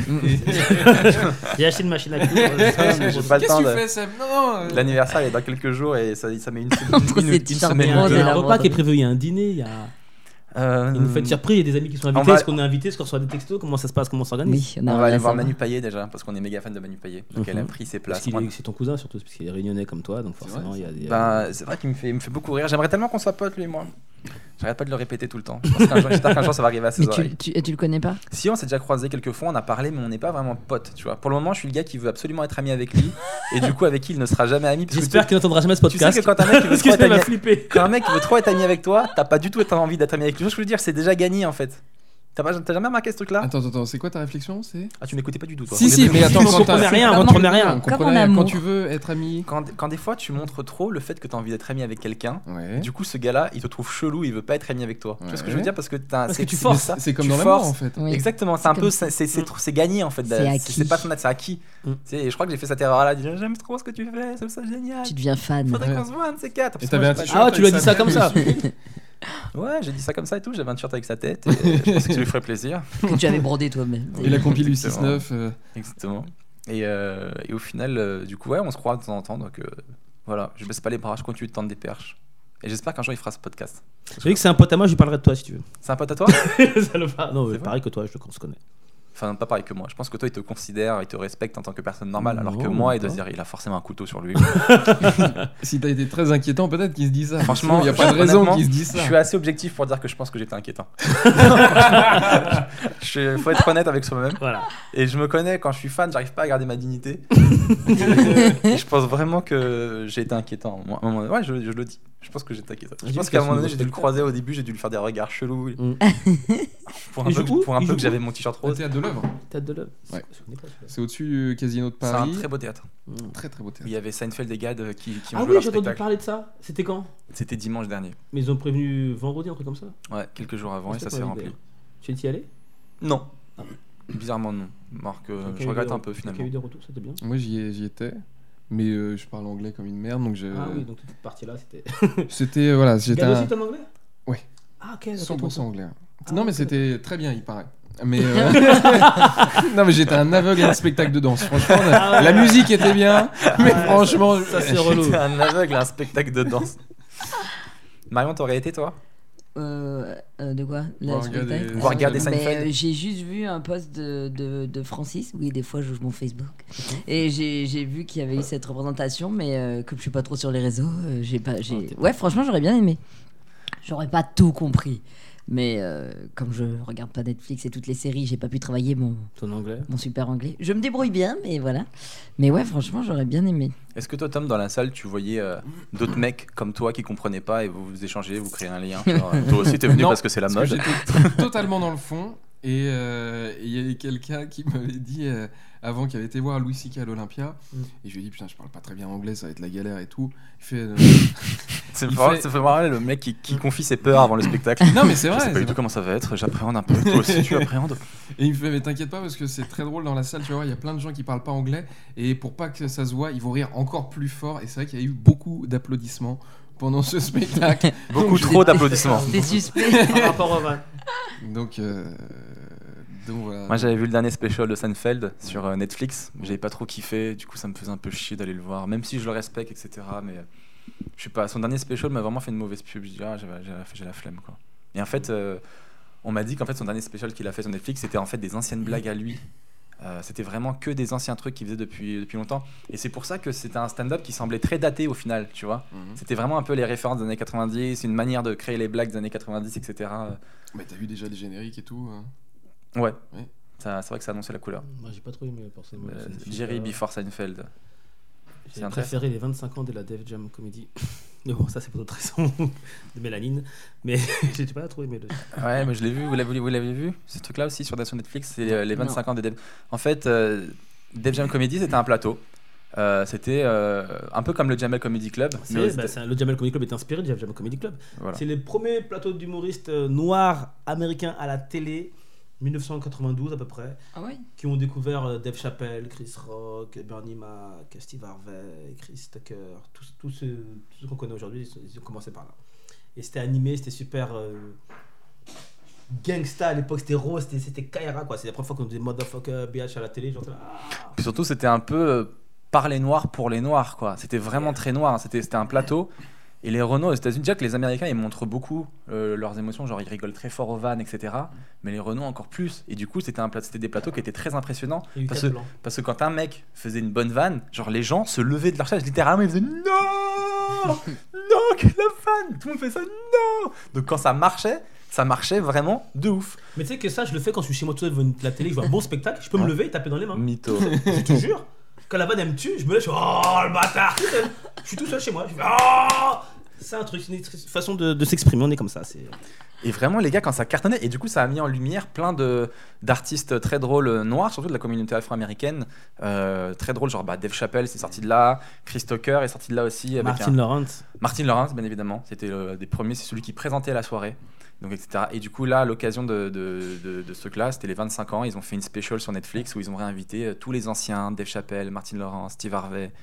C: J'ai acheté une machine à coudre.
A: J'ai pas le
B: Qu'est-ce
A: temps.
B: que tu
A: de-
B: fais, Sam Non euh,
A: L'anniversaire il est dans quelques jours et ça, ça met une, une-
D: Entre
A: une-
D: ces
A: une
D: t-shirts
C: Il y
A: semaine.
C: a
A: ou
D: roses
A: deux.
D: et
C: un
D: la
C: repas
D: broderie.
C: qui est prévu, il y a un dîner, il y a
A: Euh,
C: il y a une fête surprise, il y a des amis qui sont invités.
A: va-
C: Est-ce qu'on est invité Est-ce qu'on reçoit des textos Comment ça se passe Comment on s'organise
D: Oui, on a
A: on va
D: rien
A: aller
D: à
A: voir
D: savoir.
A: Manu Payet déjà, parce qu'on est méga fan de Manu Payet. Donc elle a
C: Mhm.
A: pris ses
C: Parce
A: places.
C: qu'il
A: Moi,
C: est- c'est ton cousin surtout, parce qu'il est réunionnais comme toi, donc
B: C'est
C: forcément
B: vrai,
C: il y a des. euh,
A: Ben, c'est vrai qu'il me fait, il me fait beaucoup rire. J'aimerais tellement qu'on soit potes, lui et moi. J'arrête pas de le répéter tout le temps. Je pense qu'un jour- J'espère qu'un jour ça va arriver à ses
D: Mais
A: oreilles.
D: tu, tu, et tu le connais pas
A: Si on s'est déjà croisé quelques fois, on a parlé, mais on n'est pas vraiment potes, tu vois. Pour le moment, je suis le gars qui veut absolument être ami avec lui, et du coup, avec qui il ne sera jamais ami. parce que
C: J'espère
A: tu-
C: qu'il n'entendra jamais ce
A: tu sais
C: podcast.
A: que quand un mec il veut
C: Parce
A: trop
C: que
A: être
C: ça va
A: ami,
C: flipper.
A: quand un mec veut trop être ami avec toi, t'as pas du tout envie d'être ami avec lui. Je veux dire, c'est déjà gagné en fait. T'as pas- t'as jamais remarqué ce truc-là
B: Attends, attends, c'est quoi ta réflexion C'est
A: Ah, tu m'écoutais pas du tout, toi.
B: Ah. Si, si, mais attends,
C: on
B: quand
C: comprenait
B: t'as-
C: rien, on
D: Comme
C: comprenait
D: en-
C: rien.
B: On
D: Comme en
B: comprenait quand
D: amour.
B: tu veux être ami.
A: Quand, quand des fois, tu montres trop le fait que t'as envie d'être ami avec quelqu'un,
B: Ouais.
A: du coup, ce gars-là, il te trouve chelou, il veut pas être ami avec toi. Tu vois ce que je veux
B: Ouais.
A: dire Parce que, t'as-
C: Parce que
A: c'est-
C: tu
A: c'est-
C: forces.
A: ça,
B: C'est comme
A: tu
B: dans l'amour
A: forces.
B: en fait.
D: Oui.
A: Exactement, c'est un
D: C'est
A: peu,
D: comme
A: c'est c'est- c'est
C: Mm.
A: trop- c'est gagné en fait.
D: C'est
A: C'est
D: acquis.
A: c'est pas ton c'est acquis.
C: Mm.
A: Tu sais, Et je crois que j'ai fait cette erreur là, j'aime trop ce que tu fais, c'est ça génial.
D: Tu deviens fan.
A: Faudrait
B: Ouais.
A: qu'on se voit un de ces quatre. Parce
B: Et
A: que moi,
B: t'avais un
A: j'ai pas-
B: t-shirt.
C: Ah, tu lui as
B: avec
C: dit
B: sa
C: ça comme
B: tête
C: ça.
B: dessus.
A: Ouais, j'ai dit ça comme ça et tout, j'avais un t-shirt avec sa tête. Et je pense que ça lui ferait plaisir.
D: que tu avais brodé toi-même.
B: Et la compile du
A: Exactement.
B: 6-9. euh,
A: Exactement. Et, euh, et au final, euh, du coup, ouais, on se croise de temps en temps. Donc euh, voilà, je baisse pas les bras, je continue de tendre des perches. Et j'espère qu'un jour il fera ce podcast.
C: J'ai vu que c'est un pote à moi, je lui parlerai de toi si tu
A: C'est un pote à toi
C: veux. Salopard. Non, mais
A: C'est vrai
C: pareil que toi, je le on se connais.
A: Enfin, pas pareil que moi. Je pense que toi, il te considère, il te respecte en tant que personne normale. Alors que
C: Non,
A: moi, il doit
C: pas.
A: se dire, il a forcément un couteau sur lui.
B: Si t'as été très inquiétant, peut-être qu'il se dit ça.
A: Franchement,
B: il n'y a pas de raison
A: honnêtement,
B: qu'il se dise
A: Je
B: ça.
A: suis assez objectif pour dire que je pense que j'étais inquiétant. Il faut être honnête avec soi-même.
C: Voilà.
A: Et je me connais, quand je suis fan, j'arrive pas à garder ma dignité. Et je pense vraiment que j'ai été inquiétant. Moi, à un moment- Ouais, je, je le dis. Je pense que j'étais inquiétant. Je
C: Dis
A: pense
C: que
A: qu'à un
C: c'est
A: moment
C: une
A: donné, j'ai dû le
C: respectable.
A: croiser au début, j'ai dû lui faire des regards chelous.
C: Mm.
A: pour un
C: Il
A: peu,
C: joue où
A: pour un
C: Il
A: peu
C: joue
A: que
C: où
A: j'avais mon t-shirt
B: Le
A: rose.
B: théâtre de l'œuvre.
C: Tête de l'œuvre.
B: Ouais.
C: Je connais pas, celui-là.
B: C'est au-dessus du Casino de
A: C'est un
B: Paris.
A: très beau théâtre.
C: Mm.
B: Très très beau
A: Il
B: théâtre.
A: y avait Seinfeld et Gad euh, qui, qui ont
C: Ah
A: joué
C: oui,
A: leur
C: j'ai entendu
A: spectacle.
C: parler de ça. C'était quand
A: C'était dimanche dernier.
C: Mais ils ont prévenu vendredi, un truc comme ça.
A: Ouais, quelques jours avant, et
C: Je sais
A: ça
C: pas,
A: s'est
C: oui,
A: rempli.
C: ben, Tu es y allé
A: Non.
C: Ah.
A: Bizarrement, non. Marc, euh,
C: Donc,
A: je
C: il y a eu
A: regrette
C: des-
A: un peu
C: Il y a eu
A: finalement.
C: des retours, c'était bien.
B: Moi j'y ai- j'y étais. Mais euh, je parle anglais comme une merde, donc je...
A: Euh,
C: Ah oui, donc toute partie là, c'était.
B: c'était euh, voilà, j'étais
C: Gad
B: un
C: aussi, t'es en anglais
B: Ouais.
C: Ah, ok,
B: 100% anglais.
C: Ah,
B: non mais
C: ok.
B: c'était très bien, il paraît. Mais euh, non mais j'étais un aveugle à un spectacle de danse. Franchement, la, la musique était bien, mais
C: Ah ouais,
B: franchement,
C: ça,
B: je-
C: c'est relou.
A: T'es un aveugle à un spectacle de danse. Marion, t'aurais été toi
D: Euh, euh, de quoi Le
B: Voir regarder-
D: spectacle
A: Voir regarder
D: Mais,
A: Seinfeld.
D: euh, J'ai juste vu un post de, de, de Francis. Oui, des fois, j'ouvre mon Facebook. Et j'ai j'ai vu qu'il y avait eu cette représentation, mais euh, comme je suis pas trop sur les réseaux, euh, j'ai pas. j'ai-
C: Ah, t'es pas-
D: ouais, franchement, j'aurais bien aimé. J'aurais pas tout compris. Mais euh, comme je regarde pas Netflix et toutes les séries, j'ai pas pu travailler mon,
F: Ton anglais
D: mon super anglais. Je me débrouille bien, mais voilà. Mais ouais, franchement, j'aurais bien aimé.
A: Est-ce que toi, Tom, dans la salle, tu voyais euh, d'autres mecs comme toi qui comprenaient pas et vous vous échangez, vous créez un lien genre, euh, Toi aussi, t'es venu
B: Non,
A: parce que c'est la
B: Parce
A: mode.
B: que j'étais totalement dans le fond. Et euh, et il y avait quelqu'un qui m'avait dit euh, avant qu'il avait été voir Louis C.K. à l'Olympia.
C: Mm.
B: Et je lui ai dit Putain, je parle pas très bien anglais, ça va être la galère et tout. Il fait euh,
A: C'est
B: il
A: marrant,
B: fait-
A: ça fait marrer le mec qui, qui confie ses peurs avant le spectacle.
B: Non, mais c'est
A: Je
B: vrai.
A: sais pas
B: c'est
A: du tout comment ça va être, j'appréhende un peu. Toi aussi, tu appréhendes.
B: Et il me fait, mais t'inquiète pas, parce que c'est très drôle dans la salle, tu vas voir, il y a plein de gens qui parlent pas anglais, et pour pas que ça se voit, ils vont rire encore plus fort, et c'est vrai qu'il y a eu beaucoup d'applaudissements pendant ce spectacle.
A: Beaucoup
B: je
A: trop
B: déteste
A: d'applaudissements.
D: T'es suspect.
C: Par rapport au van.
B: Donc, euh, donc voilà.
A: Moi, j'avais vu le dernier special de Seinfeld sur euh, Netflix. J'avais pas trop kiffé, du coup, ça me faisait un peu chier d'aller le voir, même si je le respecte, etc. Mais euh, je sais pas, son dernier special m'a vraiment fait une mauvaise pub. Je dis, ah, j'avais- j'ai la- j'ai la flemme, quoi. Et en fait, euh, on m'a dit qu'en fait, son dernier special qu'il a fait sur Netflix, c'était en fait des anciennes blagues à lui. Euh, c'était vraiment que des anciens trucs qu'il faisait depuis, depuis longtemps. Et c'est pour ça que c'était un stand-up qui semblait très daté au final, tu vois.
B: Mhm.
A: C'était vraiment un peu les références des années 90, une manière de créer les blagues des années 90, etc.
B: Mais Bah, t'as vu déjà les génériques et tout. hein.
A: Ouais.
B: Oui.
A: Ça- C'est vrai que ça annonçait la couleur.
C: Moi, j'ai pas trop aimé forcément.
A: Euh,
C: cette fille-là.
A: Jerry Before Seinfeld. c'est
C: J'ai
A: un
C: préféré les 25 ans de la Def Jam Comedy. Mais bon, ça, c'est pour d'autres raisons. de mélanine. Mais j'ai pas trop aimé le.
A: Ouais, mais je l'ai vu, vous l'avez, vous l'avez vu Ce truc-là aussi sur Nation Netflix, c'est euh, les 25 ans de Deb. En fait, euh, Deb Jam Comedy, c'était un plateau. Euh, c'était euh, un peu comme le Jamel Comedy Club.
C: C'est-
A: mais
C: bah,
A: c'était-
C: c'est un- le Jamel Comedy Club est inspiré du Jamel Comedy Club.
A: voilà.
C: C'est les premiers plateaux d'humoristes euh, noirs américains à la télé, 1992 à peu près,
D: Ah ouais
C: qui ont découvert euh, Dave Chappelle, Chris Rock, Bernie Mac, Steve Harvey, Chris Tucker, tous tous ceux tous ceux qu'on connaît aujourd'hui, ils sont- ils ont commencé par là. Et c'était animé, c'était super euh, gangsta à l'époque, c'était raw, c'était- c'était Kaira quoi. C'est la première fois qu'on disait motherfucker, BH à la télé, genre. Ah.
A: Puis surtout, c'était un peu euh, par les noirs pour les noirs, quoi. C'était vraiment très noir. hein. C'était, c'était un plateau. Et les Renault aux États-Unis, déjà que les Américains, ils montrent beaucoup euh, leurs émotions, genre ils rigolent très fort aux vannes, etc. Mais les Renault encore plus. Et du coup, c'était, un plat- c'était des plateaux qui étaient très impressionnants.
C: Il y a eu
A: Parce
C: quatre
A: que-
C: blancs.
A: Parce que quand un mec faisait une bonne vanne, genre les gens se levaient de leur chaise, littéralement ils faisaient non, non que la vanne, tout le monde fait ça non. Donc quand ça marchait, ça marchait vraiment de ouf.
C: Mais tu sais que ça, je le fais quand je suis chez moi tout seul devant une- la télé, je vois un bon spectacle, je peux me
A: Ouais.
C: lever et taper dans les mains.
A: Mytho.
C: Je te jure, quand la vanne elle me tue, je me lève, je fais Oh le bâtard tout seul. Je suis tout seul chez moi, je fais Oh C'est un truc, c'est une tr- façon de, de s'exprimer, on est comme ça. C'est...
A: Et vraiment les gars quand ça cartonnait et du coup ça a mis en lumière plein de d'artistes très drôles euh, noirs, surtout de la communauté afro-américaine, euh, très drôles genre bah, Dave Chappelle c'est sorti de là, Chris Tucker est sorti de là aussi avec
C: Martin
A: un-
C: Lawrence.
A: Martin Lawrence, bien évidemment, c'était le- des premiers, c'est celui qui présentait la soirée. Donc, etc. Et du coup, là, à l'occasion de, de, de- de ce classe, c'était les 25 ans. Ils ont fait une special sur Netflix où ils ont réinvité euh, tous les anciens Dave Chappelle, Martin Lawrence, Steve Harvey.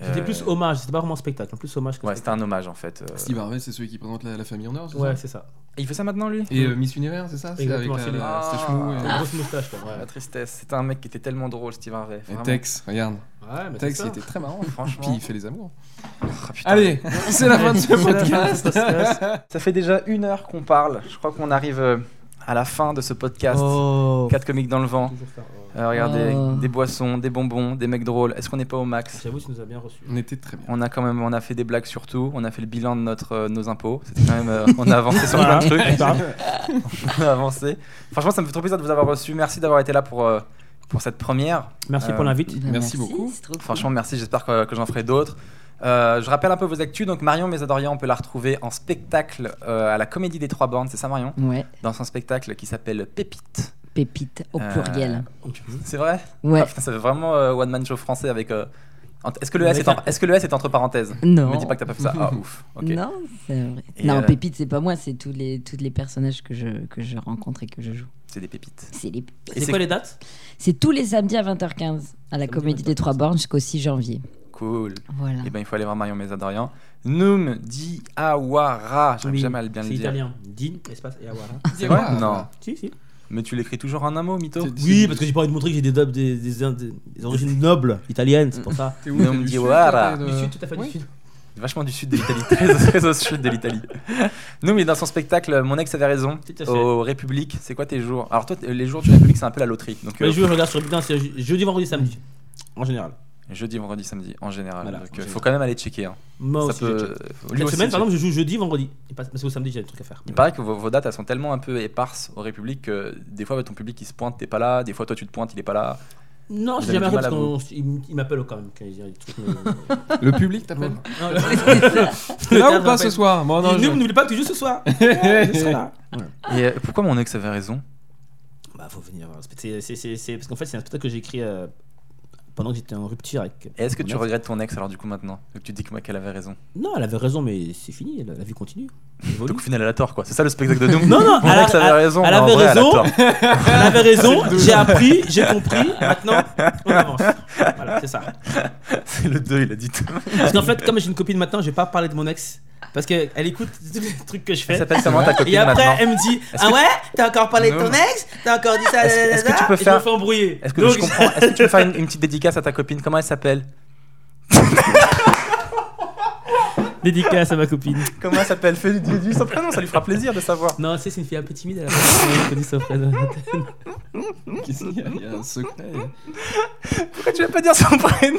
C: C'était
A: Euh,
C: plus hommage, c'était pas vraiment spectacle, en plus hommage que
A: Ouais, c'était
C: spectacle.
A: un hommage en fait. Euh,
B: Steve Harvey, c'est celui qui présente la, la famille en or, c'est
C: Ouais,
B: ça
C: c'est ça.
A: Et il fait ça maintenant, lui
B: Et euh, Miss Univers, c'est ça C'est avec
C: Exactement,
B: la,
C: c'est lui.
B: la- ses cheveux
A: Ah.
B: et-
C: Une grosse moustache, quoi.
A: La
C: Ouais,
A: tristesse. C'était un mec qui était tellement drôle, Steve Harvey.
B: et
A: Vraiment. Ah,
B: Tex, regarde.
C: ouais mais
B: Tex,
C: Bah, c'est
B: il
C: ça.
B: était très marrant. Puis
A: Franchement.
B: il fait les amours.
A: Ah, putain.
B: Allez, c'est la fin de ce
C: C'est la fin de ce
B: podcast.
A: Ça fait déjà une heure qu'on parle. Je crois qu'on arrive euh, à la fin de ce podcast.
C: Oh.
A: Quatre comiques dans le vent.
C: Toujours ça, ouais.
A: Euh, regardez,
D: Oh.
A: des boissons, des bonbons, des mecs drôles. Est-ce qu'on n'est pas au max
C: J'avoue, tu nous as bien reçus.
B: On était très bien.
A: On a quand même, on a fait des blagues sur tout. On a fait le bilan de notre, euh, nos impôts. C'était quand même, euh, on a avancé sur plein de trucs. on a avancé. Franchement, ça me fait trop plaisir de vous avoir reçu. Merci d'avoir été là pour euh, pour cette première.
C: Merci
A: Euh,
C: pour l'invite.
D: Ben,
B: Merci beaucoup.
D: c'est trop cool.
A: Franchement, merci. J'espère que, que j'en ferai d'autres. Euh, je rappelle un peu vos actus. Donc Marion Mésadorian, on peut la retrouver en spectacle euh, à la Comédie des Trois Bornes. C'est ça Marion
D: Ouais,
A: Dans son spectacle qui s'appelle Pépite.
D: pépite au
A: Euh,
D: pluriel.
A: C'est vrai
D: Ouais,
A: Ah, putain, ça fait vraiment euh, one man show français avec. euh, ent- Est-ce que le
C: Mais
A: S est, en- est-ce que le S est entre parenthèses
D: non.
A: Me dis pas que t'as pas fait ça. Ah ouf. Ok.
D: Non, c'est vrai.
A: Et
D: Non,
A: euh,
D: pépite, c'est pas moi, c'est tous les, tous les personnages que je, que je rencontre et que je joue.
A: C'est des pépites.
D: C'est les
A: Et
C: C'est quoi les dates
D: C'est tous les samedis à 20h15 à la
C: Samedi
D: Comédie des
C: 20h15.
D: Trois Bornes jusqu'au 6 janvier.
A: Cool.
D: Voilà.
A: Et ben il faut aller voir Marion Mésadorian. Noum Diawara. J'arrive
C: Oui,
A: jamais à le bien le
C: C'est
A: dire.
C: italien. Din, espace et hein. awara.
A: C'est
E: Ah.
A: vrai Non.
C: Si, si.
A: Mais tu l'écris toujours en un mot, mytho
B: T'es-
C: Oui, parce que j'ai pas envie de montrer que j'ai des, dubs- des, des, des- des origines nobles italiennes, c'est pour ça.
B: T'es où
A: Non,
B: T'es
A: me
B: du
A: dis,
B: sud,
A: voilà.
B: toi, t'es
C: Du
B: de-
C: sud, tout à fait
B: Euh, Oui.
C: du sud.
A: Vachement du sud de l'Italie. Très, très au sud de l'Italie. Noum est dans son spectacle Mon ex avait raison.
C: Tout à fait.
A: Au République, c'est quoi tes jours Alors toi, t'es- les jours du République, c'est un peu la loterie. Donc,
C: Mais
A: euh,
C: je regarde sur le bidon, c'est je- jeudi, vendredi, samedi. En général.
A: Jeudi, vendredi, samedi, en général.
E: Voilà, en
A: Donc, il
E: général.
A: faut quand même aller checker. hein.
C: Moi
A: Ça
C: aussi,
A: peut-
C: j'ai check.
A: lui
C: Cette
A: aussi,
C: semaine,
A: check.
C: par exemple, je joue jeudi, vendredi. Et pas- Parce que samedi, j'ai des trucs à faire.
A: Il paraît que vos, vos dates elles sont tellement un peu éparses au République que des fois ton public il se pointe, t'es pas là, des fois toi tu te pointes, il est pas là.
C: Non,
A: Vous
C: j'ai
A: avez
C: jamais
A: du
C: arrêté
A: mal à
C: parce qu'on- il il m'appelle quand même. quand il y a des trucs, mais-
B: Le public t'appelle
C: Non,
B: T'es là ou pas
C: m'appelle.
B: ce soir Bon, non,
C: Il-
B: je-
C: N'oublie pas que tu joues ce soir. Ouais, je serai là.
A: Et euh, pourquoi mon ex avait raison
C: Bah, faut venir voir le spectacle. C'est- c'est- c'est- Parce qu'en fait, c'est un spectacle que j'ai écrit euh, pendant que j'étais en rupture avec.
A: Et est-ce que
C: mon
A: tu
C: ex.
A: regrettes ton ex alors du coup maintenant Vu que tu dis que moi qu'elle avait raison.
C: Non, elle avait raison, mais c'est fini. La, la vie continue. Elle évolue.
A: Donc au final elle a tort quoi. C'est ça le spectacle de Doom
C: Non, non,
A: mon
C: elle a-
A: ex avait
C: elle-
A: raison.
C: elle
A: mais en
C: avait
A: vrai,
C: raison.
A: Elle a tort.
C: elle avait raison. J'ai appris, j'ai compris. Maintenant, on avance. Voilà, c'est ça.
A: C'est le 2, il a dit tout.
C: Parce qu'en fait, comme j'ai une copine maintenant, je vais pas parler de mon ex. Parce qu'elle écoute tous les trucs que je
A: Elle
C: fais.
A: s'appelle comment ta copine
C: Et après,
A: maintenant
C: elle me dit
A: Est-ce
C: Ah
A: que-
C: ouais T'as encore parlé de
A: Non.
C: ton ex T'as encore dit ça
A: Est-ce que-
C: là, là, là,
A: est-ce que
C: là
A: tu peux
C: Et je
A: faire-
C: me fais embrouiller.
A: Est-ce que
C: Donc,
A: je comprends Est-ce que tu peux faire une, une petite dédicace à ta copine Comment elle s'appelle
C: Dédicace à ma copine.
A: Comment elle s'appelle Fais lui son prénom, ça lui fera plaisir de savoir.
C: Non, tu sais, c'est une fille un peu timide à la base. Je connais son prénom.
B: Qu'est-ce qu'il y a Il y a un secret.
A: Pourquoi tu vas pas dire son prénom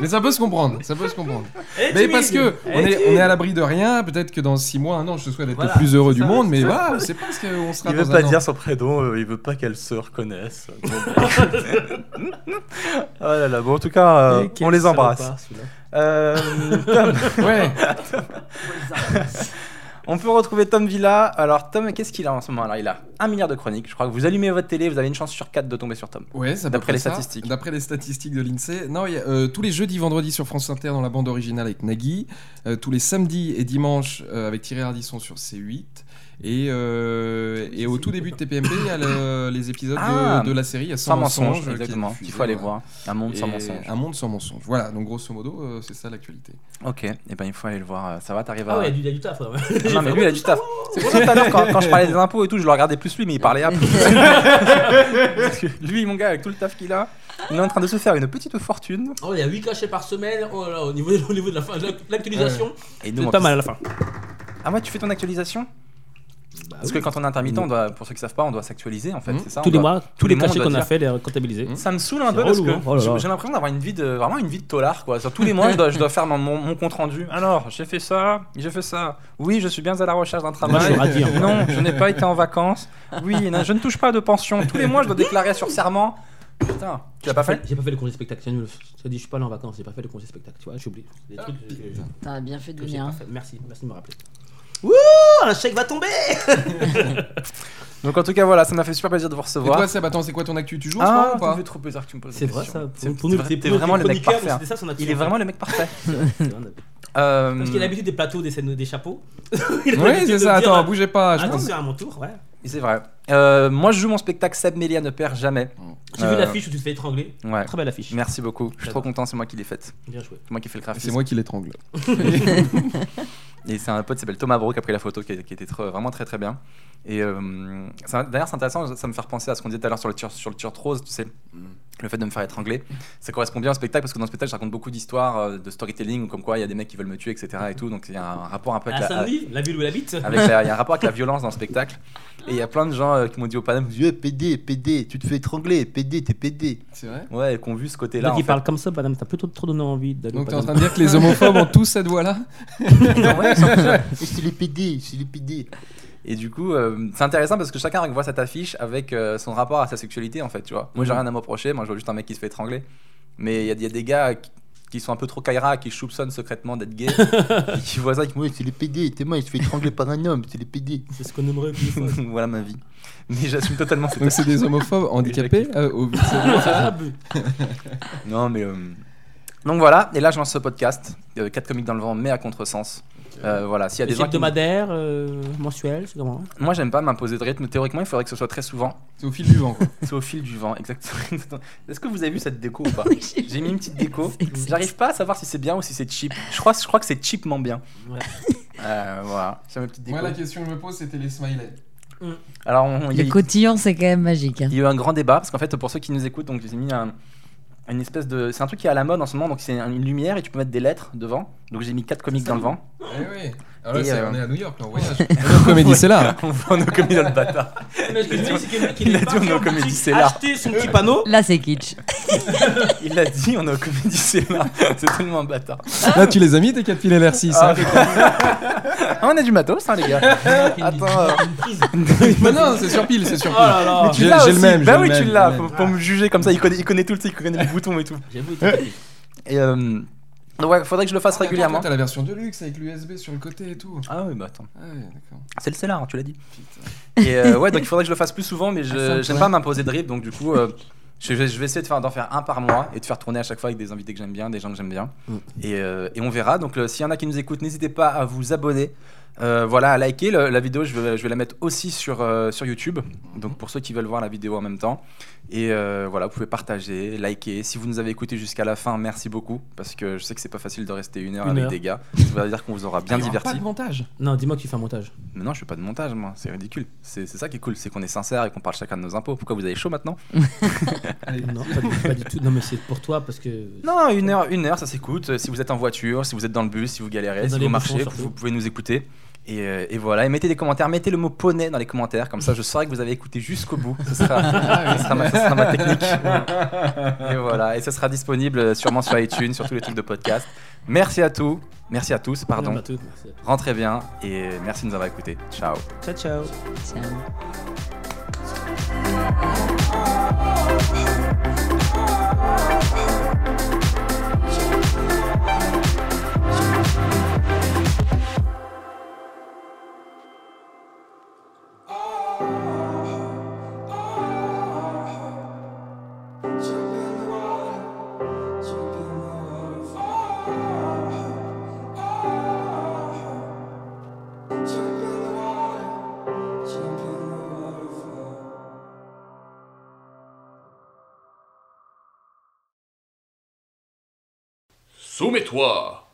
B: Mais ça peut se comprendre, ça peut se comprendre.
C: Elle est
B: Mais
C: timide.
B: parce que
C: Elle
B: on est,
C: timide.
B: on est à l'abri de rien, peut-être que dans 6 mois, un an, je te souhaite d'être
C: Voilà,
B: le plus heureux
C: c'est
B: du
C: ça,
B: monde, mais
C: c'est ça.
B: voilà, c'est pas ce qu'on sera
A: Il veut
B: dans
A: pas
B: un an.
A: dire son prénom, euh, il veut pas qu'elle se reconnaisse. Bon, ben. oh là là, bon en tout cas, euh,
C: Et quel
A: on les embrasse.
C: salopard, celui-là.
A: Euh, Tom,
B: Ouais,
A: on peut retrouver Tom Villa. Alors Tom, qu'est-ce qu'il a en ce moment Alors il a un milliard de chroniques. Je crois que vous allumez votre télé, vous avez une chance sur 4 de tomber sur Tom.
B: ouais c'est à peu
A: D'après
B: près
A: les
B: ça.
A: statistiques.
B: D'après les statistiques de l'INSEE. Non, il y a, euh, tous les jeudis, vendredis sur France Inter dans la bande originale avec Nagui. euh, tous les samedis et dimanches euh, avec Thierry Ardisson sur C8. Et, euh, et au tout début de TPMP, il y a le- les épisodes de-
A: Ah,
B: de, la série, il y a 100
A: Sans mensonge,
B: mensonges, euh, qui est
A: exactement.
B: diffusé,
A: Il faut aller
B: voilà.
A: voir. Un monde sans
B: Et
A: mensonge.
B: Un monde sans mensonge. Voilà, donc grosso modo, euh, c'est ça l'actualité.
A: Ok, et ben il faut aller le voir. Ça va, t'arrives
C: Ah
A: à.
C: ouais, il y a du- il y a du taf. ouais. J'ai
A: non, mais
C: fait,
A: lui, il a du taf. C'est pour ça tout à l'heure, quand, quand je parlais des impôts et tout, je le regardais plus lui, mais il parlait à plus. Parce que lui, mon gars, avec tout le taf qu'il a, il est en train de se faire une petite fortune.
C: Oh, il y a 8 cachets par semaine. Oh là là, au niveau, au niveau de la fin, de l'ac- l'actualisation,
A: Et
C: c'est
A: on
C: pas
A: peut-
C: mal à la fin.
A: Ah, moi, tu fais ton actualisation
C: Bah
A: Parce que quand on est intermittent, on doit- pour ceux qui savent pas, on doit s'actualiser en fait.
B: Mhm.
A: C'est ça,
C: Mmh. tous
A: on
C: les
A: doit-
C: mois, tous
A: les
C: les
A: mois, on
C: cachets
A: doit
C: qu'on a
A: dire- Hmm.
C: fait, les comptabilisés.
A: Ça me saoule un
C: Hmm. C'est
A: peu parce
C: relou,
A: que
C: hein. Oh là
A: j'ai-
C: là.
A: j'ai l'impression d'avoir une vie de vraiment une vie de tolard quoi. Sur tous les mois, je dois, je dois faire mon, mon- mon compte rendu. Alors, j'ai fait ça, j'ai fait ça. Oui, je suis bien à la recherche d'un
C: Moi, je
A: travail.
C: suis ravi. hein.
A: Non, je n'ai pas été en vacances. Oui, non, je ne touche pas de pension. Tous les mois, je dois déclarer sur serment. Putain, tu l'as pas fait
C: J'ai pas fait le congé spectacle, c'est nul. Ça dit, je suis pas allé en vacances, j'ai pas fait le congé spectacle, tu vois, j'ai oublié. Des trucs que- que
D: T'as bien fait de
C: j'ai
D: venir.
C: pas
D: hein.
C: fait. Merci, merci de me rappeler. Wouh, un chèque va tomber
A: Donc en tout cas, voilà, ça m'a fait super plaisir de vous
B: Et toi,
A: recevoir.
B: Seb, attends, c'est quoi ton actu Tu joues en ce moment
A: Ah,
B: ou
A: ça
B: pas
A: me fait trop plaisir que tu me poses la
C: C'est vrai
A: question.
C: ça.
A: C'est-
C: Pour nous,
A: c'est-
C: t'es
A: t'es vraiment le mec parfait. hein.
C: C'était ça son action.
A: Il est vraiment le mec parfait. Euh,
C: Parce qu'il a l'habitude des plateaux, des scènes, des chapeaux.
B: Oui, c'est ça,
A: euh,
B: attends, bougez pas. je pense-
C: Attention à mon tour, ouais.
A: C'est vrai. Euh, moi, je joue mon spectacle Seb Melia ne perd jamais.
C: J'ai
A: Euh,
C: vu l'affiche où tu te fais étrangler.
A: Ouais.
C: Très belle affiche.
A: Merci beaucoup. Je suis trop
C: J'adore.
A: content, c'est moi qui l'ai faite.
C: Bien joué.
A: C'est moi qui ai fait le
B: C'est
A: graphisme.
B: moi qui l'étrangle.
A: Et c'est un pote qui s'appelle Thomas Bro qui a pris la photo, qui, qui était tr- vraiment très très bien. Et euh, ça- d'ailleurs, c'est intéressant, ça me fait repenser à ce qu'on disait tout à l'heure sur le tur- sur le turc rose, tu sais.
C: Mm.
A: Le fait de me faire étrangler, ça correspond bien au spectacle parce que dans le spectacle, je raconte beaucoup d'histoires euh, de storytelling, comme quoi il y a des mecs qui veulent me tuer, etc. Et tout, donc il y a un rapport un peu avec
C: À
A: la- euh, Ah,
C: Saint-Denis, la ville où il habite.
A: avec la- il y a un rapport avec la violence dans le spectacle. Et il y a plein de gens euh, qui m'ont dit au panel, Dieu, PD, PD, tu te fais étrangler, PD, t'es PD.
B: C'est vrai
A: Ouais, et qui ont vu ce côté-là.
C: Donc
A: en
C: il
A: fait.
C: parle comme ça, madame, t'as plutôt trop donné envie d'aller au
B: Donc t'es en
C: Paname.
B: train de dire que les homophobes ont tous cette voix-là
A: Ouais, ils sont tous là. Et c'est les PD, c'est les PD. Et du coup, euh, c'est intéressant parce que chacun voit cette affiche avec euh, son rapport à sa sexualité, en fait, tu vois. Moi, j'ai
C: Mhm.
A: rien à me reprocher, moi, je vois juste un mec qui se fait étrangler. Mais il y, a- il y a des gars qui- qui sont un peu trop caïra, qui soupçonnent secrètement d'être gays, et qui voient ça, qui me disent, c'est les PD, t'es moi, il se fait étrangler par un homme, c'est les PD.
C: C'est ce qu'on aimerait plus.
A: voilà ma vie. Mais j'assume totalement cette
B: Donc c'est des homophobes handicapés euh, au-
A: Non, mais. euh, Donc voilà, et là, je lance ce podcast, 4 comiques dans le vent, mais à contresens. Euh, voilà, s'il y a des gens qui...
C: hebdomadaire, euh, mensuel, c'est comment
A: Moi, j'aime pas m'imposer de rythme. Théoriquement, il faudrait que ce soit très souvent.
B: C'est au fil du vent. quoi.
A: C'est au fil du vent, exactement. Est-ce que vous avez vu cette déco ou pas
D: Oui, j'ai-
A: J'ai mis une petite déco.
D: C'est exact.
A: J'arrive pas à savoir si c'est bien ou si c'est cheap. Je crois, je crois que c'est cheapment bien. Euh, voilà, c'est ma petite déco.
B: Moi la question que je me pose c'était les smileys.
A: Alors, on- il y, a-
D: Les cotillons, c'est quand même magique. hein.
A: il y a eu un grand débat parce qu'en fait, pour ceux qui nous écoutent, donc j'ai mis un- une espèce de. C'est un truc qui est à la mode en ce moment, donc c'est une lumière et tu peux mettre des lettres devant. Donc j'ai mis quatre comiques dans le vent.
B: Eh oui. Alors là,
A: Et,
B: c'est-
A: euh,
B: on est à New York, là, on voyage. Notre comédie c'est là.
A: On voit nos comiques dans le bâtard.
C: Mais ce que je dis, c'est que le mec,
A: Il
C: il
A: a
C: est
A: dit, on est
C: parti
A: au
C: en
A: Comedy
C: boutique
A: Cellar.
C: acheter son petit panneau.
D: Là, c'est kitsch.
A: Il l'a dit, on est au Comédie Célin. C'est tellement un bâtard.
B: Là, tu les as mis tes 4 piles LR6.
A: Ah,
B: hein.
A: Ah, on a du matos, hein, les gars. Attends. euh,
C: Une prise.
B: Mais non, c'est sur pile, c'est sur
A: Ah, tu
B: pile. tu-
C: Oh là là.
B: Ah, J'ai-
A: l'as
B: j'ai le
A: aussi.
B: même,
A: Bah
B: j'ai
A: oui,
B: le
A: tu
B: même,
A: l'as.
B: j'ai le
A: Pour,
B: même.
A: pour me juger comme ça, il connaît, il connaît tout le site, il connaît les boutons et tout.
F: J'avoue, il était-
A: Et euh, donc ouais, faudrait que je le fasse
B: Attends,
A: régulièrement.
B: Ah, toi, T'as la version de luxe avec l'USB sur le côté et tout.
A: Ah oui, bah attends.
B: Ah ouais, d'accord.
A: C'est le Célar, hein, tu l'as dit. Et euh, ouais, donc il faudrait que je le fasse plus souvent, mais
D: Ah, ça,
A: je j'aime
D: ouais.
A: pas m'imposer de rip, donc du coup, euh, je, vais, je vais essayer de faire, d'en faire un par mois et de faire tourner à chaque fois avec des invités que j'aime bien, des gens que j'aime bien.
F: Mm.
A: Et, euh, et on verra. Donc euh, s'il y en a qui nous écoutent, n'hésitez pas à vous abonner. Euh, voilà, à liker Le- la vidéo, je vais, je vais la mettre aussi sur, euh, sur YouTube. Donc pour ceux qui veulent voir la vidéo en même temps. Et euh, voilà, vous pouvez partager, liker. Si vous nous avez écouté jusqu'à la fin, merci beaucoup. Parce que je sais que c'est pas facile de rester une heure
C: Une
A: avec
C: heure.
A: des gars. Ça veut dire qu'on vous aura bien
B: Il y aura
A: diverti.
B: Pas de montage.
C: Non, dis-moi que tu fais un montage.
A: Mais non, je fais pas de montage, moi. C'est ridicule. C'est c'est ça qui est cool, c'est qu'on est sincère et qu'on parle chacun de nos impôts. Pourquoi vous avez chaud maintenant
C: Non, pas du, pas du tout. Non, mais c'est pour toi parce que.
A: Non, une heure, une heure, ça s'écoute. Euh, Si vous êtes en voiture, si vous êtes dans le bus, si vous galérez,
C: Dans
A: si
C: les
A: vous
C: bouchons,
A: marchez,
C: surtout.
A: vous pouvez nous écouter. Et, euh, et voilà. Et mettez des commentaires. Mettez le mot poney dans les commentaires, comme ça, je saurai que vous avez écouté jusqu'au bout. Ce sera, ce sera ma, ce sera
C: Ah
A: ma technique. Et voilà. Et ce sera disponible euh, sûrement sur iTunes, sur tous les trucs de podcast. Merci à tous. Merci à tous,
C: Non,
A: pardon.
C: pas tout. Merci.
A: Rentrez bien et merci de nous avoir écoutés. Ciao.
C: Ciao, ciao.
D: Tiens.
G: Soumets-toi